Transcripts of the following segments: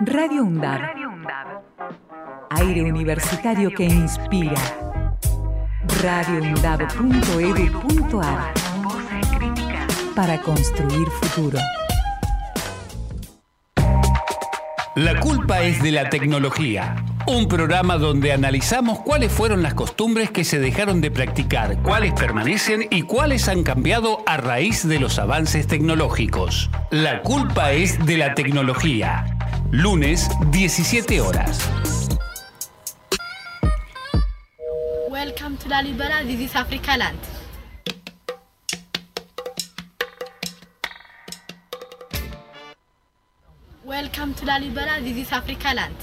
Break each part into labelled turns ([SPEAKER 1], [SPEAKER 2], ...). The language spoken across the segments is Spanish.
[SPEAKER 1] Radio UNDAB. Aire universitario que inspira. radioundab.edu.ar Para construir futuro.
[SPEAKER 2] La culpa es de la tecnología. Un programa donde analizamos cuáles fueron las costumbres que se dejaron de practicar, cuáles permanecen y cuáles han cambiado a raíz de los avances tecnológicos. La culpa es de la tecnología. Lunes, 17 horas.
[SPEAKER 3] Welcome to Lalibela, this is Africa Land. Welcome to Lalibela, this is Africa Land.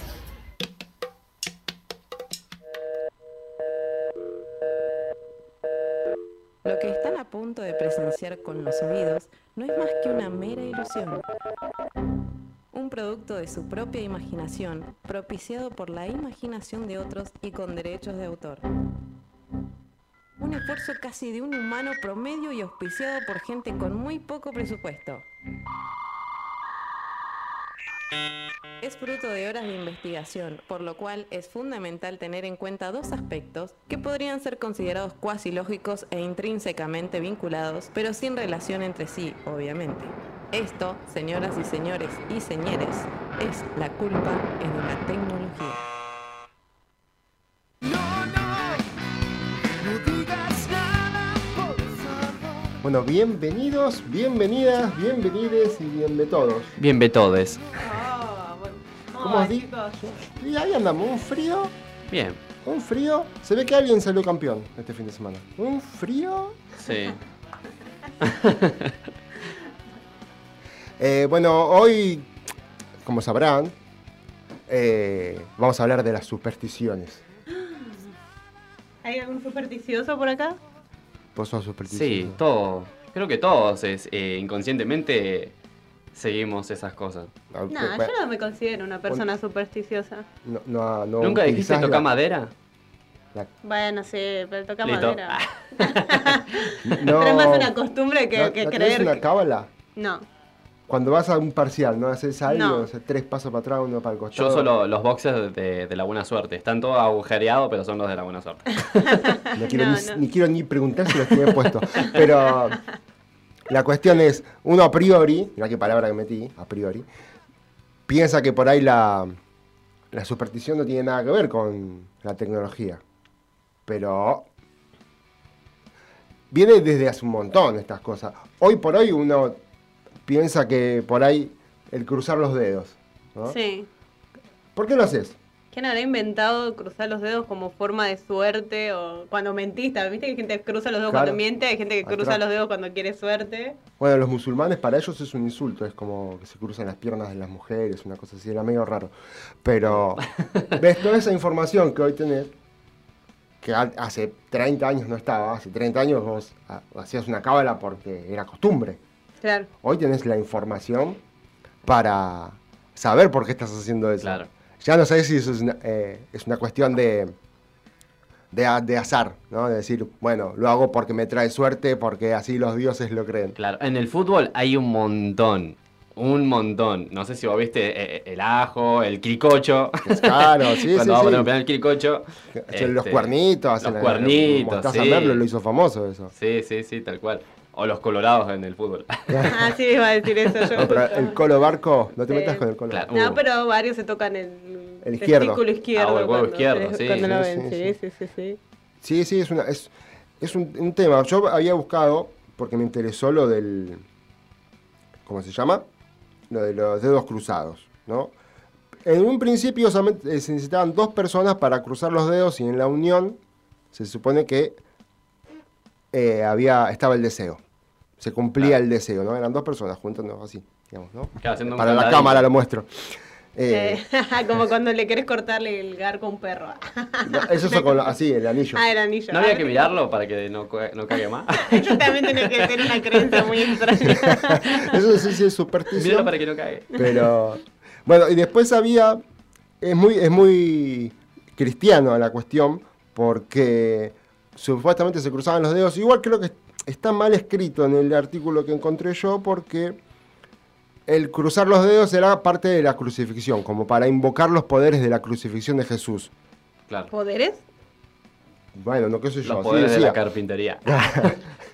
[SPEAKER 4] Lo que están a punto de presenciar con los oídos no es más que una mera ilusión. Un producto de su propia imaginación, propiciado por la imaginación de otros y con derechos de autor. Un esfuerzo casi de un humano promedio y auspiciado por gente con muy poco presupuesto. Es fruto de horas de investigación, por lo cual es fundamental tener en cuenta dos aspectos que podrían ser considerados cuasi lógicos e intrínsecamente vinculados, pero sin relación entre sí, obviamente. Esto, señoras y señores y señores, es la culpa en la tecnología.
[SPEAKER 5] Bueno, bienvenidos, bienvenidas, bienvenides y bienvetodos.
[SPEAKER 6] Bien todos.
[SPEAKER 5] ¿Cómo os di? Y ahí andamos, un frío,
[SPEAKER 6] Bien.
[SPEAKER 5] un frío. Se ve que alguien salió campeón este fin de semana. Un frío.
[SPEAKER 6] Sí.
[SPEAKER 5] Eh, bueno, hoy, como sabrán, eh, vamos a hablar de las supersticiones.
[SPEAKER 7] ¿Hay algún supersticioso por acá?
[SPEAKER 5] ¿Vos sos
[SPEAKER 6] Sí,
[SPEAKER 5] supersticioso?
[SPEAKER 6] todo. Creo que todos es, eh, inconscientemente seguimos esas cosas.
[SPEAKER 5] Ah, ok,
[SPEAKER 7] No,
[SPEAKER 5] bueno,
[SPEAKER 7] yo no me considero una persona supersticiosa.
[SPEAKER 5] no, no, no
[SPEAKER 6] ¿Nunca dijiste
[SPEAKER 5] utilizás
[SPEAKER 6] tocar
[SPEAKER 5] la-
[SPEAKER 6] madera?
[SPEAKER 7] Bueno, sí, pero toca
[SPEAKER 6] Listo.
[SPEAKER 7] madera.
[SPEAKER 5] No,
[SPEAKER 7] Pero es más una costumbre que,
[SPEAKER 5] ¿No-
[SPEAKER 7] que
[SPEAKER 5] no tenés
[SPEAKER 7] creer.
[SPEAKER 5] una
[SPEAKER 7] que-
[SPEAKER 5] cábala?
[SPEAKER 7] No,
[SPEAKER 5] Cuando vas a un parcial, ¿no? Haces algo,
[SPEAKER 7] No.
[SPEAKER 5] haces tres pasos para atrás, uno para el costado.
[SPEAKER 6] Yo solo los boxes de, de la buena suerte. Están todos agujereados, pero son los de la buena suerte.
[SPEAKER 5] No quiero,
[SPEAKER 7] No,
[SPEAKER 5] ni,
[SPEAKER 7] no.
[SPEAKER 5] ni quiero ni preguntar si los tienen puesto. Pero la cuestión es, uno a priori, mirá qué palabra que metí, a priori, piensa que por ahí la, la superstición no tiene nada que ver con la tecnología. Pero viene desde hace un montón estas cosas. Hoy por hoy uno piensa que por ahí el cruzar los dedos. ¿no?
[SPEAKER 7] sí.
[SPEAKER 5] ¿Por qué lo haces?
[SPEAKER 7] ¿Quién habrá inventado cruzar los dedos como forma de suerte o cuando mentiste? ¿Viste que hay gente que cruza los dedos
[SPEAKER 5] Claro.
[SPEAKER 7] cuando miente? Hay gente que
[SPEAKER 5] Atrás.
[SPEAKER 7] cruza los dedos cuando quiere suerte.
[SPEAKER 5] Bueno, los musulmanes para ellos es un insulto, es como que se cruzan las piernas de las mujeres, una cosa así, era medio raro. Pero ves toda esa información que hoy tenés, que ha- hace 30 años no estaba, hace 30 años vos ha- hacías una cábala porque era costumbre.
[SPEAKER 7] Claro.
[SPEAKER 5] Hoy tenés la información para saber por qué estás haciendo eso.
[SPEAKER 6] Claro.
[SPEAKER 5] Ya no sé si eso es una, eh, es una cuestión de, de, a- de azar, ¿no? De decir, bueno, lo hago porque me trae suerte, porque así los dioses lo creen.
[SPEAKER 6] Claro. En el fútbol hay un montón. Un montón. No sé si vos viste eh, el ajo, el cricocho.
[SPEAKER 5] Claro, sí,
[SPEAKER 6] Cuando va a
[SPEAKER 5] sí,
[SPEAKER 6] poner
[SPEAKER 5] sí.
[SPEAKER 6] el cricocho.
[SPEAKER 5] Hacen Los
[SPEAKER 6] este,
[SPEAKER 5] cuernitos, hacen
[SPEAKER 6] Los
[SPEAKER 5] la-
[SPEAKER 6] cuernitos,
[SPEAKER 5] Mostaza
[SPEAKER 6] sí.
[SPEAKER 5] Merlo lo hizo famoso eso.
[SPEAKER 6] Sí, sí, sí, tal cual. O los colorados en el fútbol.
[SPEAKER 7] Ah, sí, iba a decir eso yo.
[SPEAKER 5] No, pero el Uh. colo barco, no te
[SPEAKER 7] Sí.
[SPEAKER 5] metas con el colo.
[SPEAKER 6] Claro.
[SPEAKER 7] No, pero varios se tocan el,
[SPEAKER 5] El izquierdo.
[SPEAKER 7] testículo izquierdo.
[SPEAKER 6] Ah, o el huevo
[SPEAKER 7] cuando-
[SPEAKER 6] izquierdo, sí.
[SPEAKER 7] Cuando lo
[SPEAKER 5] Sí,
[SPEAKER 7] ven,
[SPEAKER 5] sí,
[SPEAKER 7] sí, sí, sí, sí.
[SPEAKER 5] Sí, sí, es, una, es, es un, un tema. Yo había buscado, porque me interesó lo del. ¿Cómo se llama? Lo de los dedos cruzados, ¿no? En un principio solamente, eh, se necesitaban dos personas para cruzar los dedos y en la unión se supone que eh, había, estaba el deseo. Se cumplía el deseo, ¿no? Eran dos personas juntando así, digamos, ¿no?
[SPEAKER 6] Claro, haciendo un
[SPEAKER 5] Para la
[SPEAKER 6] candadito.
[SPEAKER 5] cámara lo muestro. Eh,
[SPEAKER 7] Eh, como cuando le querés cortarle el garco a un perro.
[SPEAKER 5] no, eso es con la- así, el anillo.
[SPEAKER 7] ah, el anillo.
[SPEAKER 6] ¿No había que mirarlo para que no, cue- no caiga más?
[SPEAKER 7] Eso también tiene que ser una creencia muy extraña.
[SPEAKER 5] Eso sí, sí es superstición.
[SPEAKER 6] Míralo para que no caiga.
[SPEAKER 5] Pero bueno, y después había es muy es muy cristiano la cuestión porque supuestamente se cruzaban los dedos. Igual creo que está mal escrito en el artículo que encontré yo porque el cruzar los dedos era parte de la crucifixión, como para invocar los poderes de la crucifixión de Jesús.
[SPEAKER 6] Claro.
[SPEAKER 7] ¿Poderes?
[SPEAKER 5] Bueno, no qué sé yo.
[SPEAKER 6] Los
[SPEAKER 5] así
[SPEAKER 6] poderes de la
[SPEAKER 5] decía.
[SPEAKER 6] carpintería.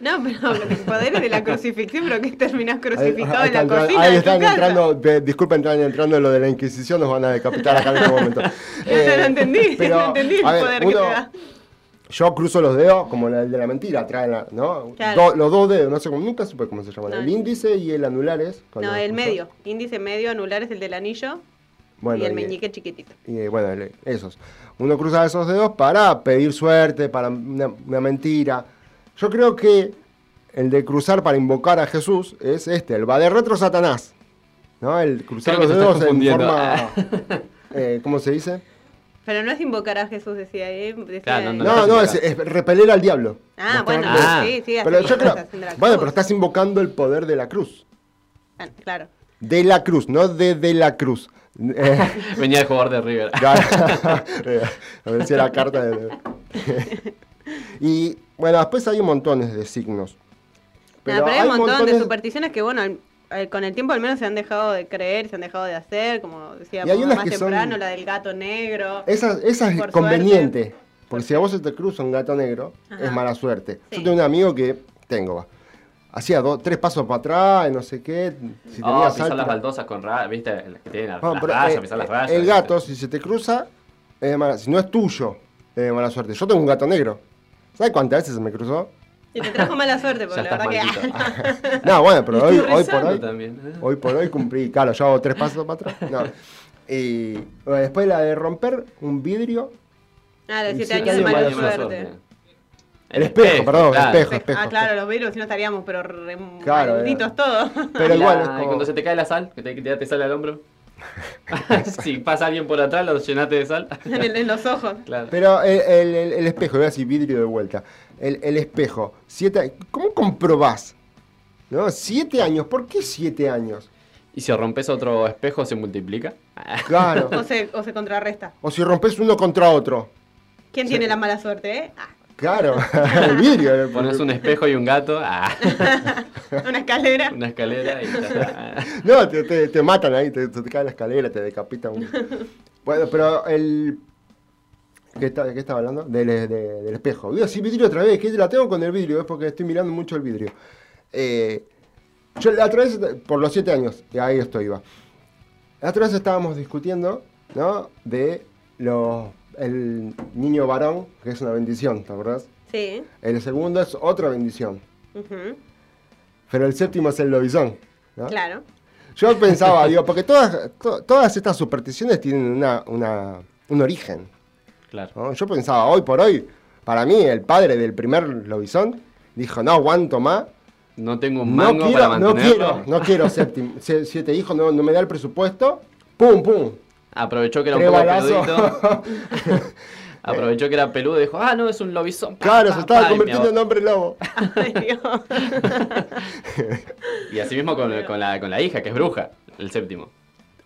[SPEAKER 7] No, pero los poderes de la crucifixión, pero que terminás
[SPEAKER 5] Ahí,
[SPEAKER 7] crucificado
[SPEAKER 5] ahí
[SPEAKER 7] en la
[SPEAKER 5] están entrando-
[SPEAKER 7] cocina.
[SPEAKER 5] ahí
[SPEAKER 7] de tu
[SPEAKER 5] están
[SPEAKER 7] casa.
[SPEAKER 5] entrando, ve- disculpa, están entrando en lo de la Inquisición, nos van a decapitar acá en este momento. Eh,
[SPEAKER 7] Eso no entendí,
[SPEAKER 5] pero,
[SPEAKER 7] no entendí el
[SPEAKER 5] a ver,
[SPEAKER 7] poder que
[SPEAKER 5] uno-
[SPEAKER 7] te da.
[SPEAKER 5] Yo cruzo los dedos como el de la mentira, traen la- ¿no?
[SPEAKER 7] Claro.
[SPEAKER 5] Do- los dos dedos, no sé cómo, nunca supe cómo se llaman.
[SPEAKER 7] No.
[SPEAKER 5] El índice y el anular es. cuando
[SPEAKER 7] No, el
[SPEAKER 5] cruzas.
[SPEAKER 7] medio. Índice medio, anular es el del anillo
[SPEAKER 5] Bueno,
[SPEAKER 7] y el meñique chiquitito.
[SPEAKER 5] y, eh, bueno, el- esos. Uno cruza esos dedos para pedir suerte, para una, una mentira. Yo creo que el de cruzar para invocar a Jesús es este, el va de retro Satanás. ¿No? El cruzar
[SPEAKER 6] Creo que
[SPEAKER 5] los
[SPEAKER 6] se
[SPEAKER 5] dedos
[SPEAKER 6] está
[SPEAKER 5] en
[SPEAKER 6] confundiendo. Ah.
[SPEAKER 5] forma. eh, ¿Cómo se dice?
[SPEAKER 7] Pero no es invocar a Jesús, decía. ¿eh? decía
[SPEAKER 6] Claro,
[SPEAKER 7] él.
[SPEAKER 6] No,
[SPEAKER 5] No,
[SPEAKER 6] no,
[SPEAKER 5] no,
[SPEAKER 6] no.
[SPEAKER 5] es, es repeler al diablo.
[SPEAKER 7] Ah,
[SPEAKER 5] Mostrar-
[SPEAKER 7] bueno,
[SPEAKER 6] Ah.
[SPEAKER 7] sí, sí.
[SPEAKER 5] pero
[SPEAKER 7] haciendo
[SPEAKER 5] yo creo.
[SPEAKER 7] cosas, haciendo la
[SPEAKER 5] Bueno,
[SPEAKER 7] cruz.
[SPEAKER 5] pero estás invocando el poder de la cruz.
[SPEAKER 7] Ah, Claro.
[SPEAKER 5] De la cruz, no de de la cruz. Eh,
[SPEAKER 6] Venía el jugador de River.
[SPEAKER 5] Ya, eh, a ver si era carta de... y bueno, después hay montones de signos.
[SPEAKER 7] Pero, pero hay, un montón de
[SPEAKER 5] montones-
[SPEAKER 7] supersticiones que, bueno, al- al- con el tiempo al menos se han dejado de creer, se han dejado de hacer, como decía
[SPEAKER 5] Y hay unas
[SPEAKER 7] más
[SPEAKER 5] que son-
[SPEAKER 7] temprano, la del gato negro.
[SPEAKER 5] Esa, esa es
[SPEAKER 7] Por
[SPEAKER 5] conveniente.
[SPEAKER 7] suerte.
[SPEAKER 5] Porque si a vos se te cruza un gato negro,
[SPEAKER 7] Ajá.
[SPEAKER 5] es mala suerte.
[SPEAKER 7] Sí.
[SPEAKER 5] Yo tengo un amigo que tengo, va, hacía dos, tres pasos para atrás, y no sé qué. Si
[SPEAKER 6] Oh,
[SPEAKER 5] tenía
[SPEAKER 6] pisar
[SPEAKER 5] salto-
[SPEAKER 6] las baldosas con rayas, ¿viste? Las que tienen las,
[SPEAKER 5] No,
[SPEAKER 6] las
[SPEAKER 5] pero,
[SPEAKER 6] rayas,
[SPEAKER 5] eh,
[SPEAKER 6] pisar las
[SPEAKER 5] eh,
[SPEAKER 6] rayas.
[SPEAKER 5] El
[SPEAKER 6] ¿viste?
[SPEAKER 5] gato, si se te cruza, es de mala- si no es tuyo, es de mala suerte. Yo tengo un gato negro. ¿Sabes cuántas veces se me cruzó?
[SPEAKER 7] Y te trajo mala suerte,
[SPEAKER 6] Ya
[SPEAKER 7] porque la
[SPEAKER 6] estás
[SPEAKER 7] verdad que...
[SPEAKER 6] maldito.
[SPEAKER 5] No, bueno,
[SPEAKER 6] Y
[SPEAKER 5] pero
[SPEAKER 6] estoy
[SPEAKER 5] hoy, hoy por
[SPEAKER 6] rezando
[SPEAKER 5] hoy.
[SPEAKER 6] también. ¿eh?
[SPEAKER 5] Hoy por hoy cumplí, claro, yo hago tres pasos para atrás. No. Y bueno, después la de romper un vidrio.
[SPEAKER 7] Ah, de
[SPEAKER 5] Y
[SPEAKER 7] 7
[SPEAKER 5] siete
[SPEAKER 7] años de
[SPEAKER 5] años
[SPEAKER 7] mala
[SPEAKER 5] de
[SPEAKER 7] suerte.
[SPEAKER 5] El espejo, perdón, el espejo.
[SPEAKER 7] Ah, claro, los virus no estaríamos, pero re
[SPEAKER 5] Claro,
[SPEAKER 7] malditos
[SPEAKER 5] era.
[SPEAKER 7] todos.
[SPEAKER 5] Pero
[SPEAKER 6] Y
[SPEAKER 5] igual
[SPEAKER 6] la-
[SPEAKER 5] es como-
[SPEAKER 6] Cuando se te cae la sal, que te, que te- te sale al hombro. si pasa alguien por atrás, lo llenaste de sal.
[SPEAKER 7] en, el- en los ojos.
[SPEAKER 6] Claro.
[SPEAKER 5] Pero el, el- el- el espejo, voy a decir vidrio de vuelta. El, el espejo, siete, ¿cómo comprobás? ¿No? Siete años, ¿por qué siete años?
[SPEAKER 6] ¿Y si rompes otro espejo, se multiplica?
[SPEAKER 5] Claro.
[SPEAKER 7] O se, o se contrarresta.
[SPEAKER 5] O si rompes uno contra otro.
[SPEAKER 7] ¿Quién tiene la mala suerte, eh? Ah,
[SPEAKER 5] Claro, el vidrio.
[SPEAKER 6] Pones un espejo y un gato, ah,
[SPEAKER 7] una escalera.
[SPEAKER 6] una escalera y ya está.
[SPEAKER 5] No, te, te- te matan ahí, te, te cae la escalera, te decapitan. Bueno, pero el. ¿Qué, está, de qué estaba hablando? Del, de- del espejo. Digo, sí, vidrio otra vez, que la tengo con el vidrio, es porque estoy mirando mucho el vidrio. Eh, yo la otra vez, por los siete años, y ahí estoy, iba. La otra vez estábamos discutiendo, ¿no? De los. El niño varón, que es una bendición, ¿te acordás?
[SPEAKER 7] Sí.
[SPEAKER 5] El segundo es otra bendición.
[SPEAKER 7] ujú,
[SPEAKER 5] Pero el séptimo es el lobizón. ¿no?
[SPEAKER 7] Claro.
[SPEAKER 5] Yo pensaba, digo, porque todas, to- todas estas supersticiones tienen una, una- un origen.
[SPEAKER 6] Claro.
[SPEAKER 5] ¿no? Yo pensaba, hoy por hoy, para mí, el padre del primer lobizón dijo, no aguanto más.
[SPEAKER 6] No tengo un
[SPEAKER 5] No
[SPEAKER 6] mango para
[SPEAKER 5] quiero, no
[SPEAKER 6] mantenerlo.
[SPEAKER 5] quiero, no quiero séptim- se- siete hijos, no, no me da el presupuesto. ¡Pum, pum!
[SPEAKER 6] Aprovechó que era un
[SPEAKER 5] Tres
[SPEAKER 6] poco
[SPEAKER 5] balazos.
[SPEAKER 6] peludito. Aprovechó que era peludo y dijo, ah, no, es un lobizón. Pa,
[SPEAKER 5] Claro,
[SPEAKER 6] pa,
[SPEAKER 5] se estaba
[SPEAKER 6] pa, y me
[SPEAKER 5] convirtiendo en hombre lobo.
[SPEAKER 7] Ay, Dios.
[SPEAKER 6] Y así mismo con, con la, con la hija, que es bruja, el séptimo.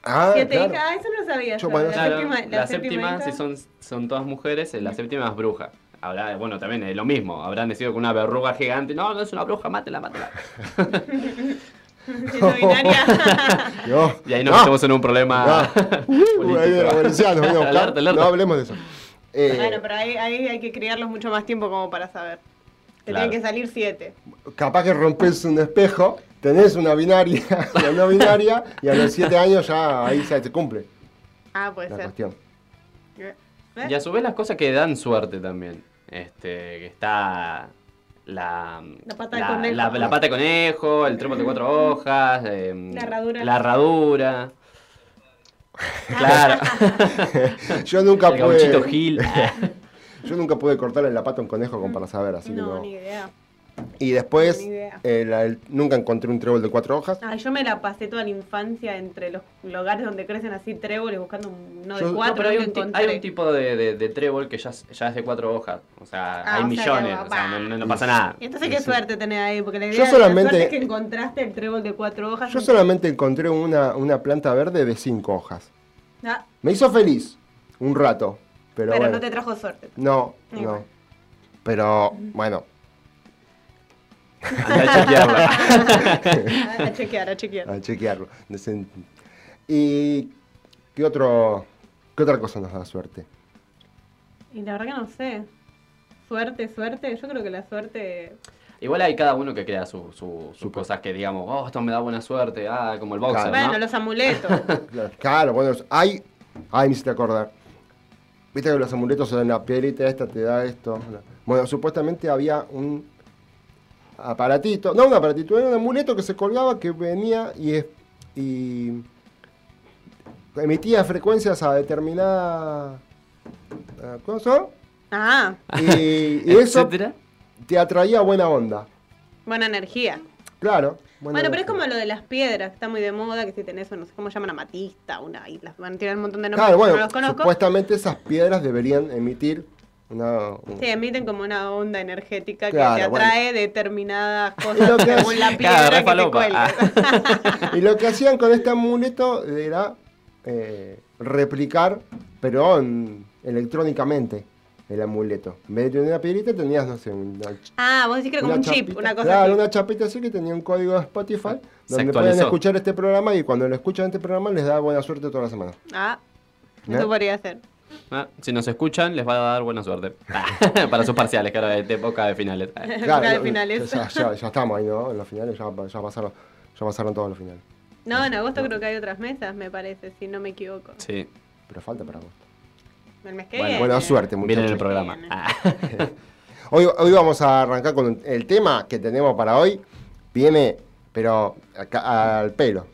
[SPEAKER 5] Ah,
[SPEAKER 7] Siete
[SPEAKER 5] claro.
[SPEAKER 7] hijas. Ah, eso no lo sabía.
[SPEAKER 5] Yo,
[SPEAKER 7] yo.
[SPEAKER 5] bueno,
[SPEAKER 7] la,
[SPEAKER 5] Claro,
[SPEAKER 7] séptima, la
[SPEAKER 6] la
[SPEAKER 7] séptima
[SPEAKER 6] séptima,
[SPEAKER 7] hija.
[SPEAKER 6] si son, son todas mujeres, eh, la séptima es bruja. Habrá, bueno, también es lo mismo. Habrán decidido con una verruga gigante. No, no es una bruja, mátela, mátela.
[SPEAKER 7] Siendo binaria.
[SPEAKER 5] No,
[SPEAKER 6] Y ahí nos
[SPEAKER 5] no,
[SPEAKER 6] metemos en un problema.
[SPEAKER 5] no. Ahí viene Valenciano, viene a buscar.
[SPEAKER 6] Alerta, alerta.
[SPEAKER 5] No hablemos de eso. Eh,
[SPEAKER 7] Bueno, pero ahí, ahí hay que criarlos mucho más tiempo como para saber. Te
[SPEAKER 6] Claro.
[SPEAKER 7] tienen que salir siete.
[SPEAKER 5] capaz que rompes un espejo, tenés una binaria, una no binaria, y a los 7 años ya ahí se te cumple
[SPEAKER 7] Ah, puede
[SPEAKER 5] la
[SPEAKER 7] ser.
[SPEAKER 5] cuestión.
[SPEAKER 7] ¿Eh?
[SPEAKER 6] Y a su vez las cosas que dan suerte también. Este, que está la,
[SPEAKER 7] La pata de conejo.
[SPEAKER 6] Ah,
[SPEAKER 7] pues.
[SPEAKER 6] la- la pata de conejo, el trompo de cuatro hojas, em,
[SPEAKER 7] La herradura.
[SPEAKER 6] la herradura. Claro,
[SPEAKER 5] Yo nunca
[SPEAKER 6] el gauchito
[SPEAKER 5] pude,
[SPEAKER 6] Gil.
[SPEAKER 5] yo nunca pude cortarle la pata a un conejo como para saber, así que
[SPEAKER 7] No,
[SPEAKER 5] no.
[SPEAKER 7] ni idea.
[SPEAKER 5] Y después,
[SPEAKER 7] ni idea.
[SPEAKER 5] eh, la- el- nunca encontré un trébol de cuatro hojas.
[SPEAKER 7] Ay, yo me la pasé toda la infancia entre los lugares donde crecen así tréboles buscando uno de
[SPEAKER 5] Yo- no,
[SPEAKER 6] No,
[SPEAKER 7] cuatro.
[SPEAKER 6] pero hay
[SPEAKER 7] y
[SPEAKER 6] un, ti-
[SPEAKER 7] encontré.
[SPEAKER 6] hay un tipo de, de, de trébol que ya, es- ya es de cuatro hojas. O sea,
[SPEAKER 7] Ah,
[SPEAKER 6] hay
[SPEAKER 7] o sea,
[SPEAKER 6] millones.
[SPEAKER 7] que-
[SPEAKER 6] o sea, no, no- no pasa nada.
[SPEAKER 7] Y Entonces qué suerte tenés ahí, porque la idea
[SPEAKER 5] Yo
[SPEAKER 7] de la suerte
[SPEAKER 5] solamente-
[SPEAKER 7] es que encontraste el trébol de cuatro hojas.
[SPEAKER 5] Yo solamente encontré una, una planta verde de cinco hojas.
[SPEAKER 7] Ah,
[SPEAKER 5] Me hizo feliz un rato, pero,
[SPEAKER 7] pero
[SPEAKER 5] bueno.
[SPEAKER 7] no te trajo suerte.
[SPEAKER 5] No,
[SPEAKER 7] Igual.
[SPEAKER 5] no. Pero bueno.
[SPEAKER 6] Andá a chequearla.
[SPEAKER 7] A chequear, a chequear.
[SPEAKER 5] a chequearlo. Desen- ¿Y qué, otro, qué otra cosa nos da suerte?
[SPEAKER 7] Y la verdad que no sé. Suerte, suerte. Yo creo que la suerte.
[SPEAKER 6] Igual hay cada uno que crea sus su, sus
[SPEAKER 5] Su-
[SPEAKER 6] cosas que digamos, oh, esto me da buena suerte, ah, como el
[SPEAKER 5] Claro.
[SPEAKER 6] boxer,
[SPEAKER 7] Bueno,
[SPEAKER 6] ¿no?
[SPEAKER 7] los amuletos.
[SPEAKER 5] Claro, bueno, hay. Ay, me hiciste acordar. Viste que los amuletos son la piedrita esta, te da esto. Bueno, supuestamente había un aparatito, no un aparatito, era un amuleto que se colgaba que venía y, es- y emitía frecuencias a determinada eh, cosa.
[SPEAKER 7] Ah,
[SPEAKER 5] Y, y eso
[SPEAKER 6] Etcétera.
[SPEAKER 5] te atraía buena onda.
[SPEAKER 7] buena energía.
[SPEAKER 5] Claro. buena
[SPEAKER 7] Bueno, pero es
[SPEAKER 5] onda.
[SPEAKER 7] como lo de las piedras, que está muy de moda, que si tenés, o no sé cómo llaman, amatista, una isla, van a tirar un montón de nombres,
[SPEAKER 5] Claro,
[SPEAKER 7] yo
[SPEAKER 5] bueno,
[SPEAKER 7] no los conozco.
[SPEAKER 5] supuestamente esas piedras deberían emitir una... un-
[SPEAKER 7] Sí, emiten como una onda energética que te
[SPEAKER 5] Claro, bueno.
[SPEAKER 7] atrae determinadas
[SPEAKER 5] Y lo
[SPEAKER 7] cosas
[SPEAKER 5] que hace-
[SPEAKER 7] según la
[SPEAKER 6] Claro,
[SPEAKER 7] piedra
[SPEAKER 6] re
[SPEAKER 7] que te
[SPEAKER 6] falopa. Ah.
[SPEAKER 7] cuelga.
[SPEAKER 5] Y lo que hacían con este amuleto era eh, replicar, pero en- electrónicamente, el amuleto. En vez de tener una piedrita tenías, no sé, una, ch-
[SPEAKER 7] Ah, vos decís que era como
[SPEAKER 5] una
[SPEAKER 7] un chip,
[SPEAKER 5] chapita.
[SPEAKER 7] una cosa
[SPEAKER 5] Claro,
[SPEAKER 7] así.
[SPEAKER 5] una chapita así que tenía un código de Spotify,
[SPEAKER 6] Se
[SPEAKER 5] donde pueden
[SPEAKER 6] actualizó.
[SPEAKER 5] escuchar este programa y cuando lo escuchan este programa les da buena suerte toda la semana.
[SPEAKER 7] Ah,
[SPEAKER 5] ¿Eh?
[SPEAKER 7] eso podría ser.
[SPEAKER 6] Ah, si nos escuchan, les va a dar buena suerte. Para sus parciales, claro, de época de finales.
[SPEAKER 7] Época de
[SPEAKER 5] lo-
[SPEAKER 7] finales.
[SPEAKER 5] Ya, ya- ya estamos ahí, ¿no? En los finales ya, ya pasaron, ya pasaron todos los finales.
[SPEAKER 7] No, en agosto creo que hay otras mesas, me parece, si no me equivoco.
[SPEAKER 6] Sí,
[SPEAKER 5] Pero falta para vos.
[SPEAKER 7] El mes que
[SPEAKER 6] Bueno,
[SPEAKER 7] viene.
[SPEAKER 5] Buena suerte,
[SPEAKER 6] vienen en el
[SPEAKER 5] muchachos.
[SPEAKER 6] programa. Ah,
[SPEAKER 5] Hoy, hoy vamos a arrancar con el tema que tenemos para hoy. Viene, pero acá- al pelo.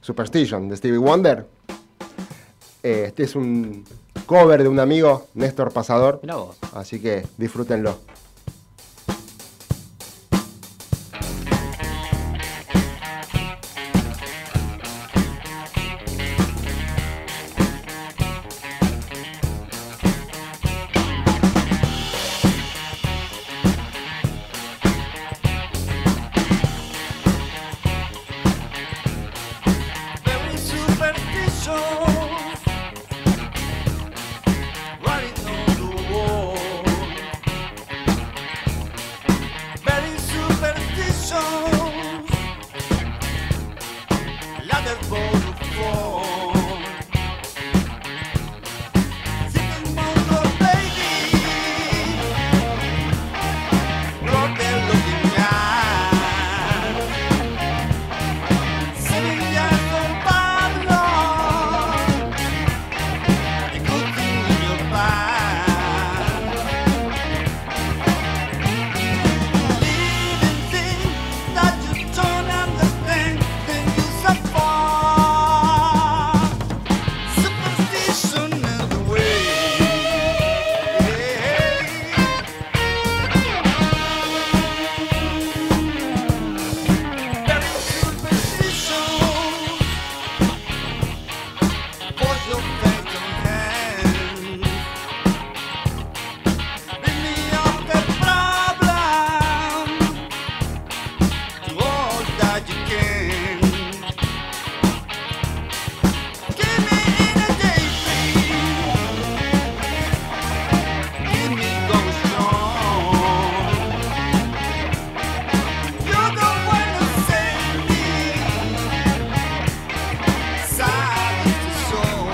[SPEAKER 5] Superstition de Stevie Wonder. Eh, Este es un cover de un amigo, Néstor Pasador.
[SPEAKER 6] mirá vos.
[SPEAKER 5] Así que disfrútenlo.
[SPEAKER 8] Very superstitious, writing on the wall. Very superstitious, ladder for the fall. Sipping on the baby, broken looking eyes. Sevilla con Pablo y Coutinho Paz. Living things that you don't understand, then you suffer. Superstition is the way. Yeah. um Strong. You're the one who saved me. Silence the soul.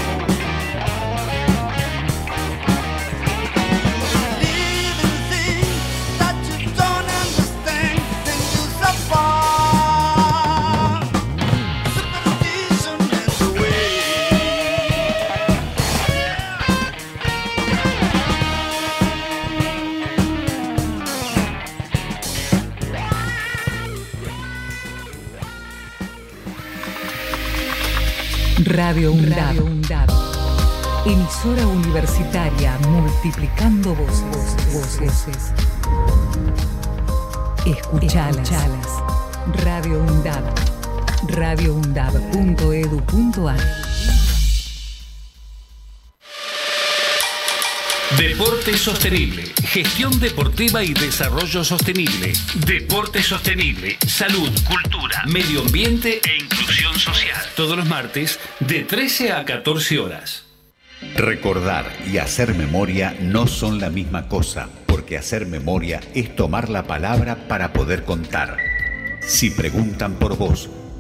[SPEAKER 8] Believe in things that you don't understand, then you suffer. Superstition is the way.
[SPEAKER 1] Radio UNDAB. Emisora universitaria multiplicando voces. voces. Escuchalas. Radio UNDAB. Radio
[SPEAKER 2] Deporte sostenible, gestión deportiva y desarrollo sostenible. Deporte sostenible, salud, cultura, medio ambiente e inclusión social. Todos los martes de 13 a 14 horas.
[SPEAKER 9] Recordar y hacer memoria no son la misma cosa, porque que hacer memoria es tomar la palabra para poder contar. Si preguntan por vos,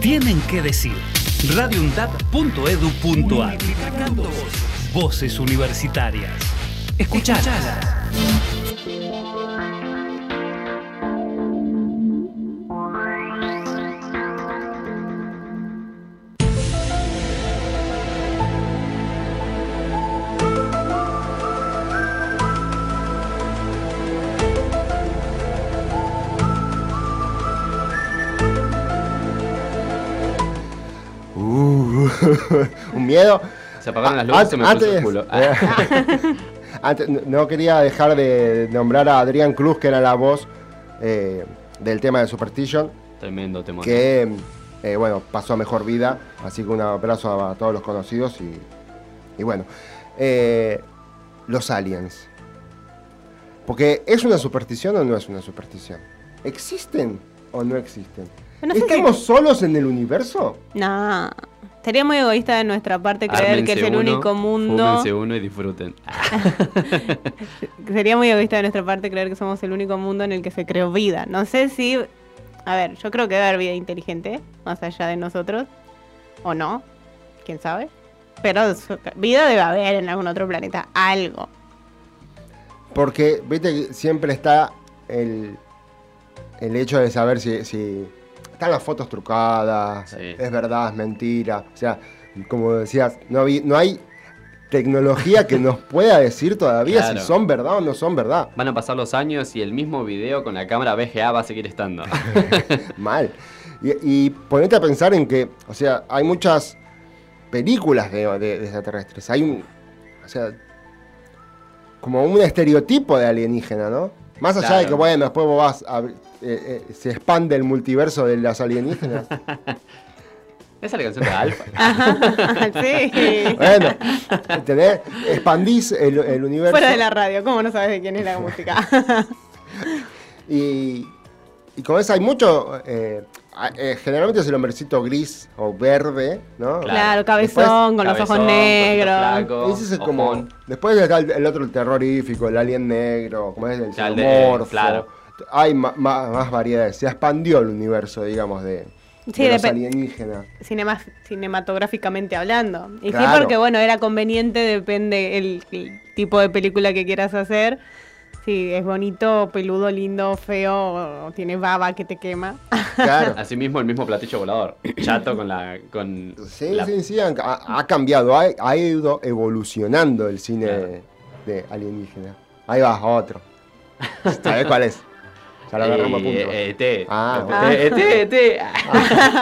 [SPEAKER 2] tienen que decir. radiundap.edu.ar Voces universitarias. Escuchadas.
[SPEAKER 5] Uh, un miedo.
[SPEAKER 6] Se apagaron las
[SPEAKER 5] Ah,
[SPEAKER 6] luces y se me puso el culo. Ah,
[SPEAKER 5] Antes- no quería dejar de nombrar a Adrián Cruz, que era la voz eh, del tema de Superstition,
[SPEAKER 6] tremendo temor.
[SPEAKER 5] que eh, bueno, pasó a mejor vida. Así que un abrazo a, a todos los conocidos y, y bueno. Eh, los aliens. Porque ¿es una superstición o no es una superstición? ¿Existen o no existen?
[SPEAKER 7] Yo no sé
[SPEAKER 5] ¿Estamos solos en el universo?
[SPEAKER 7] No, estaría muy egoísta de nuestra parte creer que es el único mundo.
[SPEAKER 6] Fúmense uno y disfruten.
[SPEAKER 7] Sería muy egoísta de nuestra parte creer que somos el único mundo en el que se creó vida. No sé si. A ver, yo creo que debe haber vida inteligente, más allá de nosotros. O no, quién sabe. Pero su- vida debe haber en algún otro planeta, algo.
[SPEAKER 5] Porque, viste, que siempre está el, el hecho de saber si, si están las fotos trucadas,
[SPEAKER 6] Sí.
[SPEAKER 5] es verdad, es mentira. O sea, como decías, no, habí- no hay tecnología que nos pueda decir todavía
[SPEAKER 6] Claro.
[SPEAKER 5] si son verdad o no son verdad.
[SPEAKER 6] Van a pasar los años y el mismo video con la cámara VGA va a seguir estando.
[SPEAKER 5] Mal. Y, y ponete a pensar en que, o sea, hay muchas películas de, de- de extraterrestres. Hay un, o sea, como un estereotipo de alienígena, ¿no? Más allá de
[SPEAKER 6] Claro.
[SPEAKER 5] que, bueno, después vos vas a- eh, eh, se expande el multiverso de las alienígenas.
[SPEAKER 6] Esa es la canción de Alfa.
[SPEAKER 7] sí.
[SPEAKER 5] bueno, ¿entendés? Expandís el, el universo.
[SPEAKER 7] Fuera de la radio, ¿cómo no sabes de quién es la música?
[SPEAKER 5] Y, y con eso hay mucho. eh, a- eh, generalmente es el hombrecito gris o verde, ¿no?
[SPEAKER 7] claro,
[SPEAKER 5] Después-
[SPEAKER 7] cabezón, con los
[SPEAKER 6] Cabezón,
[SPEAKER 7] ojos negros.
[SPEAKER 6] flaco,
[SPEAKER 5] Ese es el como.
[SPEAKER 6] ojón.
[SPEAKER 5] Después está el, el otro, el terrorífico, el alien negro, como es el
[SPEAKER 6] Ya, el de-
[SPEAKER 5] xenomorfo.
[SPEAKER 6] claro.
[SPEAKER 5] Hay ma- ma- más variedades. Se expandió el universo, digamos, de,
[SPEAKER 7] Sí,
[SPEAKER 5] de los
[SPEAKER 7] depe-
[SPEAKER 5] alienígenas.
[SPEAKER 7] cinema- cinematográficamente hablando. Y
[SPEAKER 5] Claro.
[SPEAKER 7] sí, porque bueno, era conveniente, depende el, el tipo de película que quieras hacer. Si es bonito, peludo, lindo, feo, o tiene baba que te quema.
[SPEAKER 5] Claro.
[SPEAKER 6] Asimismo, el mismo platillo volador. Chato con la. Con
[SPEAKER 5] Sí,
[SPEAKER 6] la-
[SPEAKER 5] sí, sí, han- ha, ha cambiado, ha, ha ido evolucionando el cine
[SPEAKER 6] Claro.
[SPEAKER 5] de alienígena. Ahí va, otro. ¿Sabes cuál es? Ya lo agarramos a
[SPEAKER 6] Eh,
[SPEAKER 5] punto.
[SPEAKER 6] eh, ET.
[SPEAKER 5] Ah,
[SPEAKER 6] Eh, ET, ET.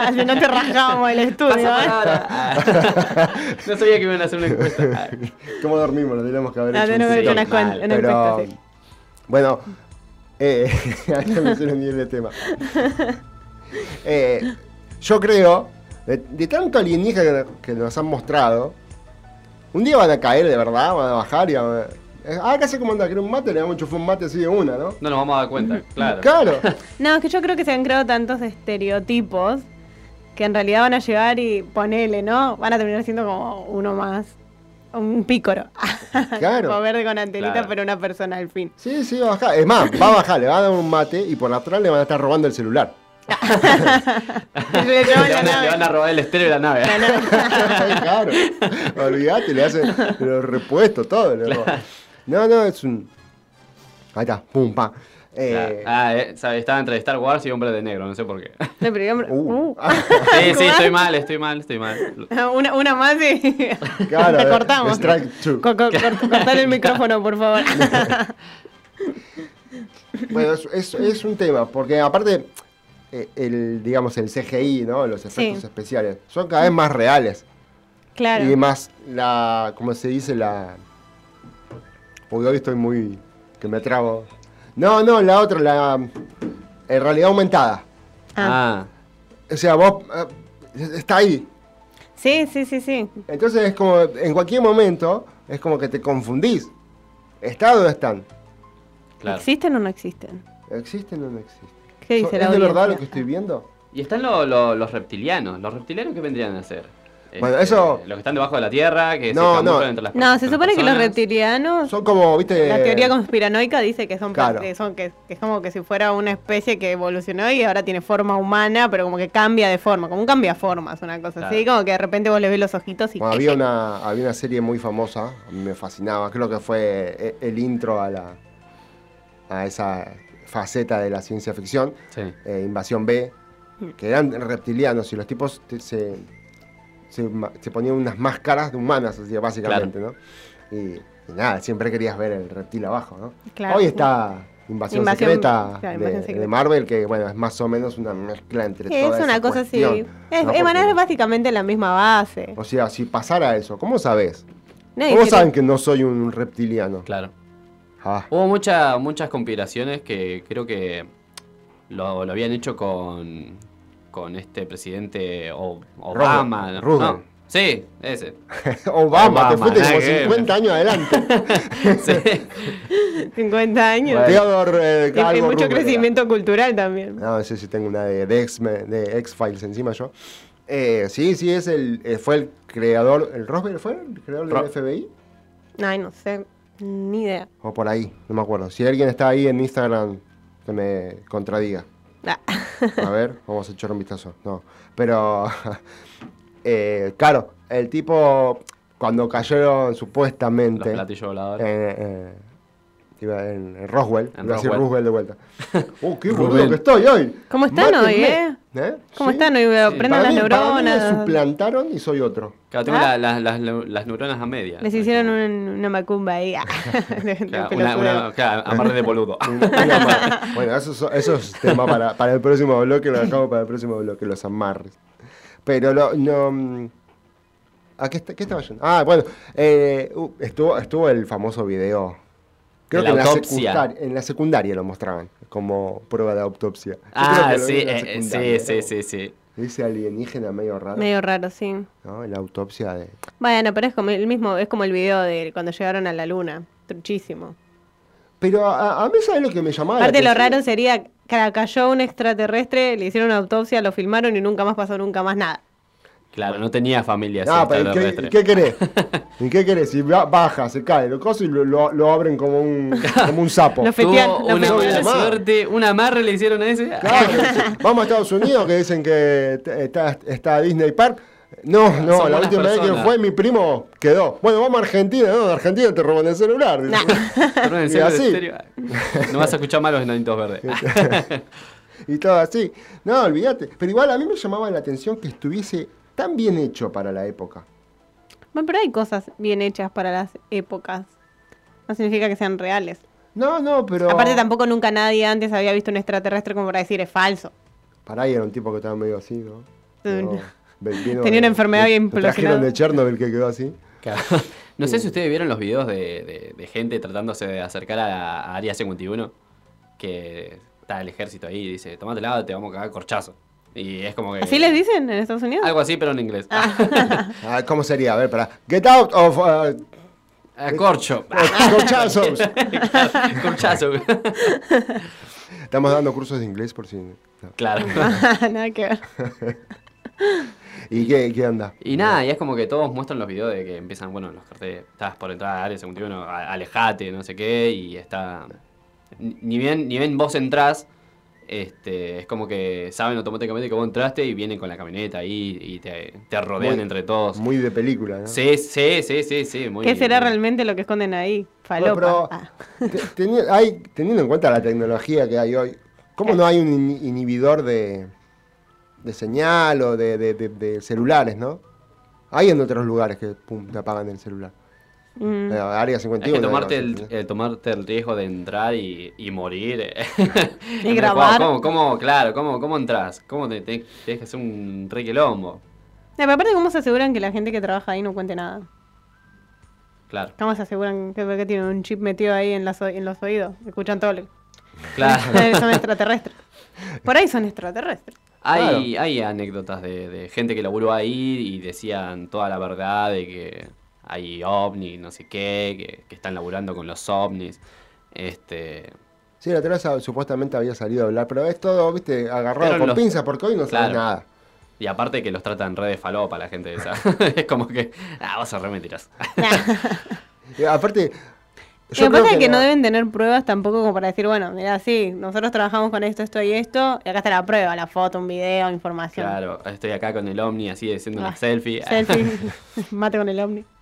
[SPEAKER 7] si no te rasgábamos el estudio.
[SPEAKER 6] Pasa
[SPEAKER 7] ¿eh?
[SPEAKER 6] palabra. Ah. No sabía que iban a hacer una encuesta. Ah.
[SPEAKER 5] ¿Cómo dormimos? Lo tenemos que haber
[SPEAKER 7] Ah,
[SPEAKER 5] hecho un
[SPEAKER 7] tenemos
[SPEAKER 6] que hacer
[SPEAKER 5] TikTok.
[SPEAKER 6] una cuen-
[SPEAKER 7] una
[SPEAKER 5] Pero,
[SPEAKER 7] encuesta,
[SPEAKER 5] Bueno, eh, acá me hicieron bien el tema. Eh, yo creo, de, de tanto alienígena que, que nos han mostrado, un día van a caer de verdad, van a bajar y van a... Ah, casi como anda, creo un mate, le damos chufar un mate así de una, ¿no?
[SPEAKER 6] No nos vamos a dar cuenta, claro.
[SPEAKER 5] Claro.
[SPEAKER 7] No, es que yo creo que se han creado tantos estereotipos que en realidad van a llegar y ponele, ¿no? Van a terminar siendo como uno más. Un pícoro.
[SPEAKER 5] Claro.
[SPEAKER 7] Como verde con antenita,
[SPEAKER 6] Claro.
[SPEAKER 7] pero una persona al fin.
[SPEAKER 5] Sí, sí, va a bajar. Es más, va a bajar, le van a dar un mate y por atrás le van a estar robando el celular.
[SPEAKER 7] Que se le
[SPEAKER 6] Le
[SPEAKER 7] llevan la
[SPEAKER 6] van, a, le
[SPEAKER 7] nave.
[SPEAKER 6] van a robar el estéreo de la nave.
[SPEAKER 5] claro. Olvídate, le hacen los repuestos, todo. le roban. No, no, es un. Ahí está, pum, pa. Eh,
[SPEAKER 6] Ah, eh, sabe, estaba entre Star Wars y Hombre de Negro, no sé por qué.
[SPEAKER 7] No, pero digamos-
[SPEAKER 5] uh,
[SPEAKER 7] uh.
[SPEAKER 6] Sí, sí,
[SPEAKER 7] ¿Cómo?
[SPEAKER 6] estoy mal, estoy mal, estoy mal.
[SPEAKER 7] Una, una más y
[SPEAKER 5] claro,
[SPEAKER 7] la
[SPEAKER 5] eh,
[SPEAKER 7] cortamos.
[SPEAKER 5] strike two.
[SPEAKER 7] Co- co- cort- cortar el micrófono, por favor.
[SPEAKER 5] Bueno, es, es- es un tema, porque aparte, eh, el, digamos, el CGI, ¿no? Los efectos
[SPEAKER 7] Sí.
[SPEAKER 5] especiales, son cada vez más reales.
[SPEAKER 7] claro.
[SPEAKER 5] Y más la, como se dice, la... Uy, hoy estoy muy... que me trabo. No, no, la otra, la... En realidad aumentada.
[SPEAKER 6] Ah,
[SPEAKER 5] O sea, vos... eh, está ahí.
[SPEAKER 7] Sí, sí, sí, sí.
[SPEAKER 5] Entonces es como, en cualquier momento, es como que te confundís. ¿Está o no están?
[SPEAKER 6] claro.
[SPEAKER 7] ¿Existen o no existen?
[SPEAKER 5] ¿Existen o no existen?
[SPEAKER 7] ¿Qué dice la
[SPEAKER 5] ¿Es de verdad
[SPEAKER 7] audiencia?
[SPEAKER 5] lo que estoy viendo?
[SPEAKER 6] Y están lo- lo- los reptilianos. ¿Los reptilianos qué vendrían a hacer? Este,
[SPEAKER 5] Bueno, eso-
[SPEAKER 6] Los que están debajo de la tierra, que
[SPEAKER 5] No,
[SPEAKER 6] se camuflan
[SPEAKER 5] no.
[SPEAKER 6] entre las
[SPEAKER 7] No, se
[SPEAKER 6] entre las
[SPEAKER 7] supone que los
[SPEAKER 6] personas.
[SPEAKER 7] reptilianos,
[SPEAKER 5] Son como, viste...
[SPEAKER 7] la teoría conspiranoica dice que son,
[SPEAKER 5] Claro.
[SPEAKER 7] parte- son que, que es como que si fuera una especie que evolucionó y ahora tiene forma humana, pero como que cambia de forma, como un cambia formas, una cosa así,
[SPEAKER 6] Claro.
[SPEAKER 7] como que de repente vos le ves los ojitos y
[SPEAKER 5] Bueno, había, una, había una serie muy famosa, a mí me fascinaba, creo que fue eh, el intro a, la, a esa faceta de la ciencia ficción,
[SPEAKER 6] Sí.
[SPEAKER 5] eh, Invasión B, que eran reptilianos y los tipos te- se, se ma- se ponían unas máscaras de humanas, así, básicamente, ¿no? Y, y nada, siempre querías ver el reptil abajo, ¿no?
[SPEAKER 7] Claro.
[SPEAKER 5] Hoy está Invasión,
[SPEAKER 7] Invasión-
[SPEAKER 5] secreta,
[SPEAKER 7] claro,
[SPEAKER 5] de,
[SPEAKER 7] Invasión Secreta.
[SPEAKER 5] de Marvel, que bueno, es más o menos una mezcla entre
[SPEAKER 7] Es
[SPEAKER 5] toda
[SPEAKER 7] una
[SPEAKER 5] esa
[SPEAKER 7] cosa
[SPEAKER 5] cuestión,
[SPEAKER 7] así.
[SPEAKER 5] ¿no?
[SPEAKER 7] Es, es-
[SPEAKER 5] Porque-
[SPEAKER 7] bueno, es básicamente la misma base.
[SPEAKER 5] o sea, si pasara eso, ¿cómo sabes?
[SPEAKER 7] No, y
[SPEAKER 5] ¿Cómo
[SPEAKER 7] si-
[SPEAKER 5] saben que no soy un reptiliano?
[SPEAKER 6] Claro.
[SPEAKER 5] Ah,
[SPEAKER 6] Hubo mucha- muchas conspiraciones que creo que lo, lo habían hecho con, con este presidente O- Obama. ¿no?
[SPEAKER 5] Roosevelt.
[SPEAKER 6] No, Sí, ese.
[SPEAKER 5] Obama, te
[SPEAKER 6] Obama,
[SPEAKER 5] fuiste
[SPEAKER 6] nada
[SPEAKER 5] como
[SPEAKER 6] que ver.
[SPEAKER 5] 50 años adelante.
[SPEAKER 6] Sí.
[SPEAKER 7] 50 años.
[SPEAKER 5] Theodore eh,
[SPEAKER 7] Y- y
[SPEAKER 5] algo
[SPEAKER 7] mucho
[SPEAKER 5] Roosevelt.
[SPEAKER 7] crecimiento cultural también.
[SPEAKER 5] No, no sé si tengo una de, de X- de X-Files encima yo. Eh, sí, sí, es el, eh, fue el creador, ¿el Roosevelt fue el creador
[SPEAKER 6] Ro-
[SPEAKER 5] del FBI?
[SPEAKER 7] Ay, no sé, ni idea.
[SPEAKER 5] O por ahí, no me acuerdo. Si alguien está ahí en Instagram, que me contradiga.
[SPEAKER 7] Ah,
[SPEAKER 5] A ver, vamos a echar un vistazo. No, pero. eh, claro, el tipo, cuando cayeron
[SPEAKER 6] Los
[SPEAKER 5] supuestamente.
[SPEAKER 6] platillos voladores.
[SPEAKER 5] Eh, eh, iba en, en Roswell,
[SPEAKER 6] En
[SPEAKER 5] iba a decir
[SPEAKER 6] Roswell.
[SPEAKER 5] Roosevell de vuelta. ¡Uh, qué
[SPEAKER 6] Rubén.
[SPEAKER 5] boludo que estoy hoy!
[SPEAKER 7] ¿Cómo están hoy, eh?
[SPEAKER 5] Mátenme.
[SPEAKER 7] ¿Cómo
[SPEAKER 5] Sí.
[SPEAKER 7] están? Hoy veo,
[SPEAKER 6] Sí.
[SPEAKER 7] prenden
[SPEAKER 5] Para
[SPEAKER 7] las
[SPEAKER 5] mí- para mí me
[SPEAKER 7] neuronas.
[SPEAKER 5] suplantaron y soy otro.
[SPEAKER 6] Claro, tengo
[SPEAKER 7] Ah.
[SPEAKER 6] la- la- las, las neuronas a medias.
[SPEAKER 7] Les hicieron un- una macumba ahí. ah, de- de
[SPEAKER 6] Claro, una,
[SPEAKER 7] pelotudo.
[SPEAKER 6] una- claro, amarre de boludo.
[SPEAKER 5] Una más. bueno, eso, es- eso es tema para, para el próximo bloque, lo dejamos para el próximo bloque, los amarres. Pero lo- no... mm, ¿A qué, est- qué estaba yendo? Ah, bueno, eh, uh, estuvo, estuvo el famoso video. Creo
[SPEAKER 6] De
[SPEAKER 5] que en
[SPEAKER 6] la
[SPEAKER 5] la,
[SPEAKER 6] autopsia.
[SPEAKER 5] secundar- en la secundaria lo mostraban como prueba de autopsia. Yo creo
[SPEAKER 6] ah,
[SPEAKER 5] que lo vi
[SPEAKER 6] sí,
[SPEAKER 5] en la
[SPEAKER 6] eh, eh, sí,
[SPEAKER 5] secundaria.
[SPEAKER 6] sí, sí, sí.
[SPEAKER 5] Ese alienígena medio raro,
[SPEAKER 7] Medio raro, sí.
[SPEAKER 5] ¿no? En La autopsia de...
[SPEAKER 7] Bueno, pero es como el mismo, es como el video de cuando llegaron a la luna. Truchísimo.
[SPEAKER 5] Pero a, a mí, ¿sabes lo que me llamaba? Ah, la
[SPEAKER 7] Aparte lo
[SPEAKER 5] atención?
[SPEAKER 7] raro sería, ca- cayó un extraterrestre, le hicieron una autopsia, lo filmaron y nunca más pasó nunca más nada.
[SPEAKER 6] Claro, no tenía familia. ese
[SPEAKER 5] Ah, pero ¿y qué,
[SPEAKER 6] extraterrestre.
[SPEAKER 5] y qué querés? ¿Y qué querés? Si ba- baja, se cae, lo coso y lo, lo- lo abren como un, como un sapo.
[SPEAKER 7] Lo fe- Fetean,
[SPEAKER 6] Tuvo
[SPEAKER 7] la
[SPEAKER 6] una
[SPEAKER 5] fetean.
[SPEAKER 6] buena suerte, un amarre le hicieron a ese.
[SPEAKER 5] Claro, vamos a Estados Unidos que dicen que t- está, está Disney Park. No, no,
[SPEAKER 6] Son
[SPEAKER 5] la
[SPEAKER 6] buenas
[SPEAKER 5] última vez que
[SPEAKER 6] personas.
[SPEAKER 5] fue mi primo quedó. Bueno, vamos a Argentina, no, en Argentina te roban el celular.
[SPEAKER 7] Nah.
[SPEAKER 6] Perdón,
[SPEAKER 5] Y
[SPEAKER 6] en serio, en
[SPEAKER 5] así.
[SPEAKER 6] serio. No vas a escuchar mal los enanitos verdes.
[SPEAKER 5] y todo así. No, olvídate. Pero igual a mí me llamaba la atención que estuviese tan bien hecho para la época.
[SPEAKER 7] Bueno, pero hay cosas bien hechas para las épocas. No significa que sean reales.
[SPEAKER 5] No, no, pero.
[SPEAKER 7] Aparte tampoco nunca nadie antes había visto un extraterrestre como para decir es falso.
[SPEAKER 5] Para ahí era un tipo que estaba medio así, ¿no?
[SPEAKER 7] Sí,
[SPEAKER 5] No,
[SPEAKER 7] no.
[SPEAKER 5] ve- vino-
[SPEAKER 7] Tenía una enfermedad
[SPEAKER 5] lo-
[SPEAKER 7] bien
[SPEAKER 5] lo trajeron
[SPEAKER 7] implosionada.
[SPEAKER 5] de Chernobyl que quedó así.
[SPEAKER 6] Claro. No sé si ustedes vieron los videos de, de- de gente tratándose de acercar a, a Área 51, que está el ejército ahí y dice, tomate lado, te vamos a cagar corchazo. Y es
[SPEAKER 5] Eh.
[SPEAKER 6] como que...
[SPEAKER 7] ¿Así les dicen en Estados Unidos?
[SPEAKER 6] Algo así, pero en inglés.
[SPEAKER 5] Ah, ¿Cómo sería? A ver, para. Get out of. uh,
[SPEAKER 6] Ah, corcho.
[SPEAKER 5] corchazos.
[SPEAKER 6] corchazo.
[SPEAKER 5] Estamos dando cursos de inglés por si. no.
[SPEAKER 6] claro.
[SPEAKER 5] Ah.
[SPEAKER 7] Nada que ver.
[SPEAKER 5] ¿Y qué, qué anda?
[SPEAKER 6] Y nada, y es como que todos muestran los videos de que empiezan, bueno, los carteles, estás por entrar a área 51, a- alejate, no sé qué, y está... ni- Ni bien, ni bien vos entrás, este, es como que saben automáticamente que vos entraste y vienen con la camioneta ahí y te, te rodean
[SPEAKER 5] Muy-
[SPEAKER 6] entre todos.
[SPEAKER 5] Muy de película, ¿no?
[SPEAKER 6] Sí, sí, sí, sí, sí, muy
[SPEAKER 7] ¿Qué será realmente lo que esconden ahí?
[SPEAKER 5] Bueno,
[SPEAKER 7] Falopa.
[SPEAKER 5] pero
[SPEAKER 7] Ah.
[SPEAKER 5] Te- teni- hay- teniendo en cuenta la tecnología que hay hoy, ¿cómo no hay un in- inhibidor de, de señal o de, de- de- de celulares, no? Hay en otros lugares que pum, te apagan el celular.
[SPEAKER 7] Mm.
[SPEAKER 5] Eh, área
[SPEAKER 6] Hay
[SPEAKER 5] 51.
[SPEAKER 6] que tomarte
[SPEAKER 5] no,
[SPEAKER 6] el, eh, tomarte el riesgo de entrar y, y morir. eh.
[SPEAKER 7] Y grabar.
[SPEAKER 6] ¿Cómo, cómo- claro, cómo, cómo entras? ¿Cómo te, te- tenés que hacer un re quilombo?
[SPEAKER 7] No, pero aparte, ¿cómo se aseguran que la gente que trabaja ahí no cuente nada?
[SPEAKER 6] Claro,
[SPEAKER 7] ¿Cómo se aseguran que, que tienen un chip metido ahí en, las o- en los oídos? Escuchan todo. lo-
[SPEAKER 6] claro.
[SPEAKER 7] son extraterrestres. Por ahí son extraterrestres.
[SPEAKER 6] Hay, hay anécdotas de, de gente que laburó ahí y decían toda la verdad de que hay ovnis, no sé qué, que, que están laburando con los ovnis. Este,
[SPEAKER 5] Sí, la Teresa supuestamente había salido a hablar, pero es todo, viste, agarrado
[SPEAKER 6] Pero
[SPEAKER 5] con
[SPEAKER 6] los-
[SPEAKER 5] pinzas porque hoy no sabe
[SPEAKER 6] Claro.
[SPEAKER 5] nada.
[SPEAKER 6] y aparte que los tratan re de falopa la gente esa. es como que, ah, vos sos re mentiroso.
[SPEAKER 5] Y Eh, aparte,
[SPEAKER 7] Y
[SPEAKER 5] yo creo
[SPEAKER 7] aparte que, no
[SPEAKER 5] la-
[SPEAKER 7] deben tener pruebas tampoco como para decir, bueno, mira, sí, nosotros trabajamos con esto, esto y esto, y acá está la prueba, la foto, un video, información.
[SPEAKER 6] Claro, estoy acá con el ovni así haciendo
[SPEAKER 7] Ah,
[SPEAKER 6] una selfie.
[SPEAKER 7] Selfie, mate con el ovni.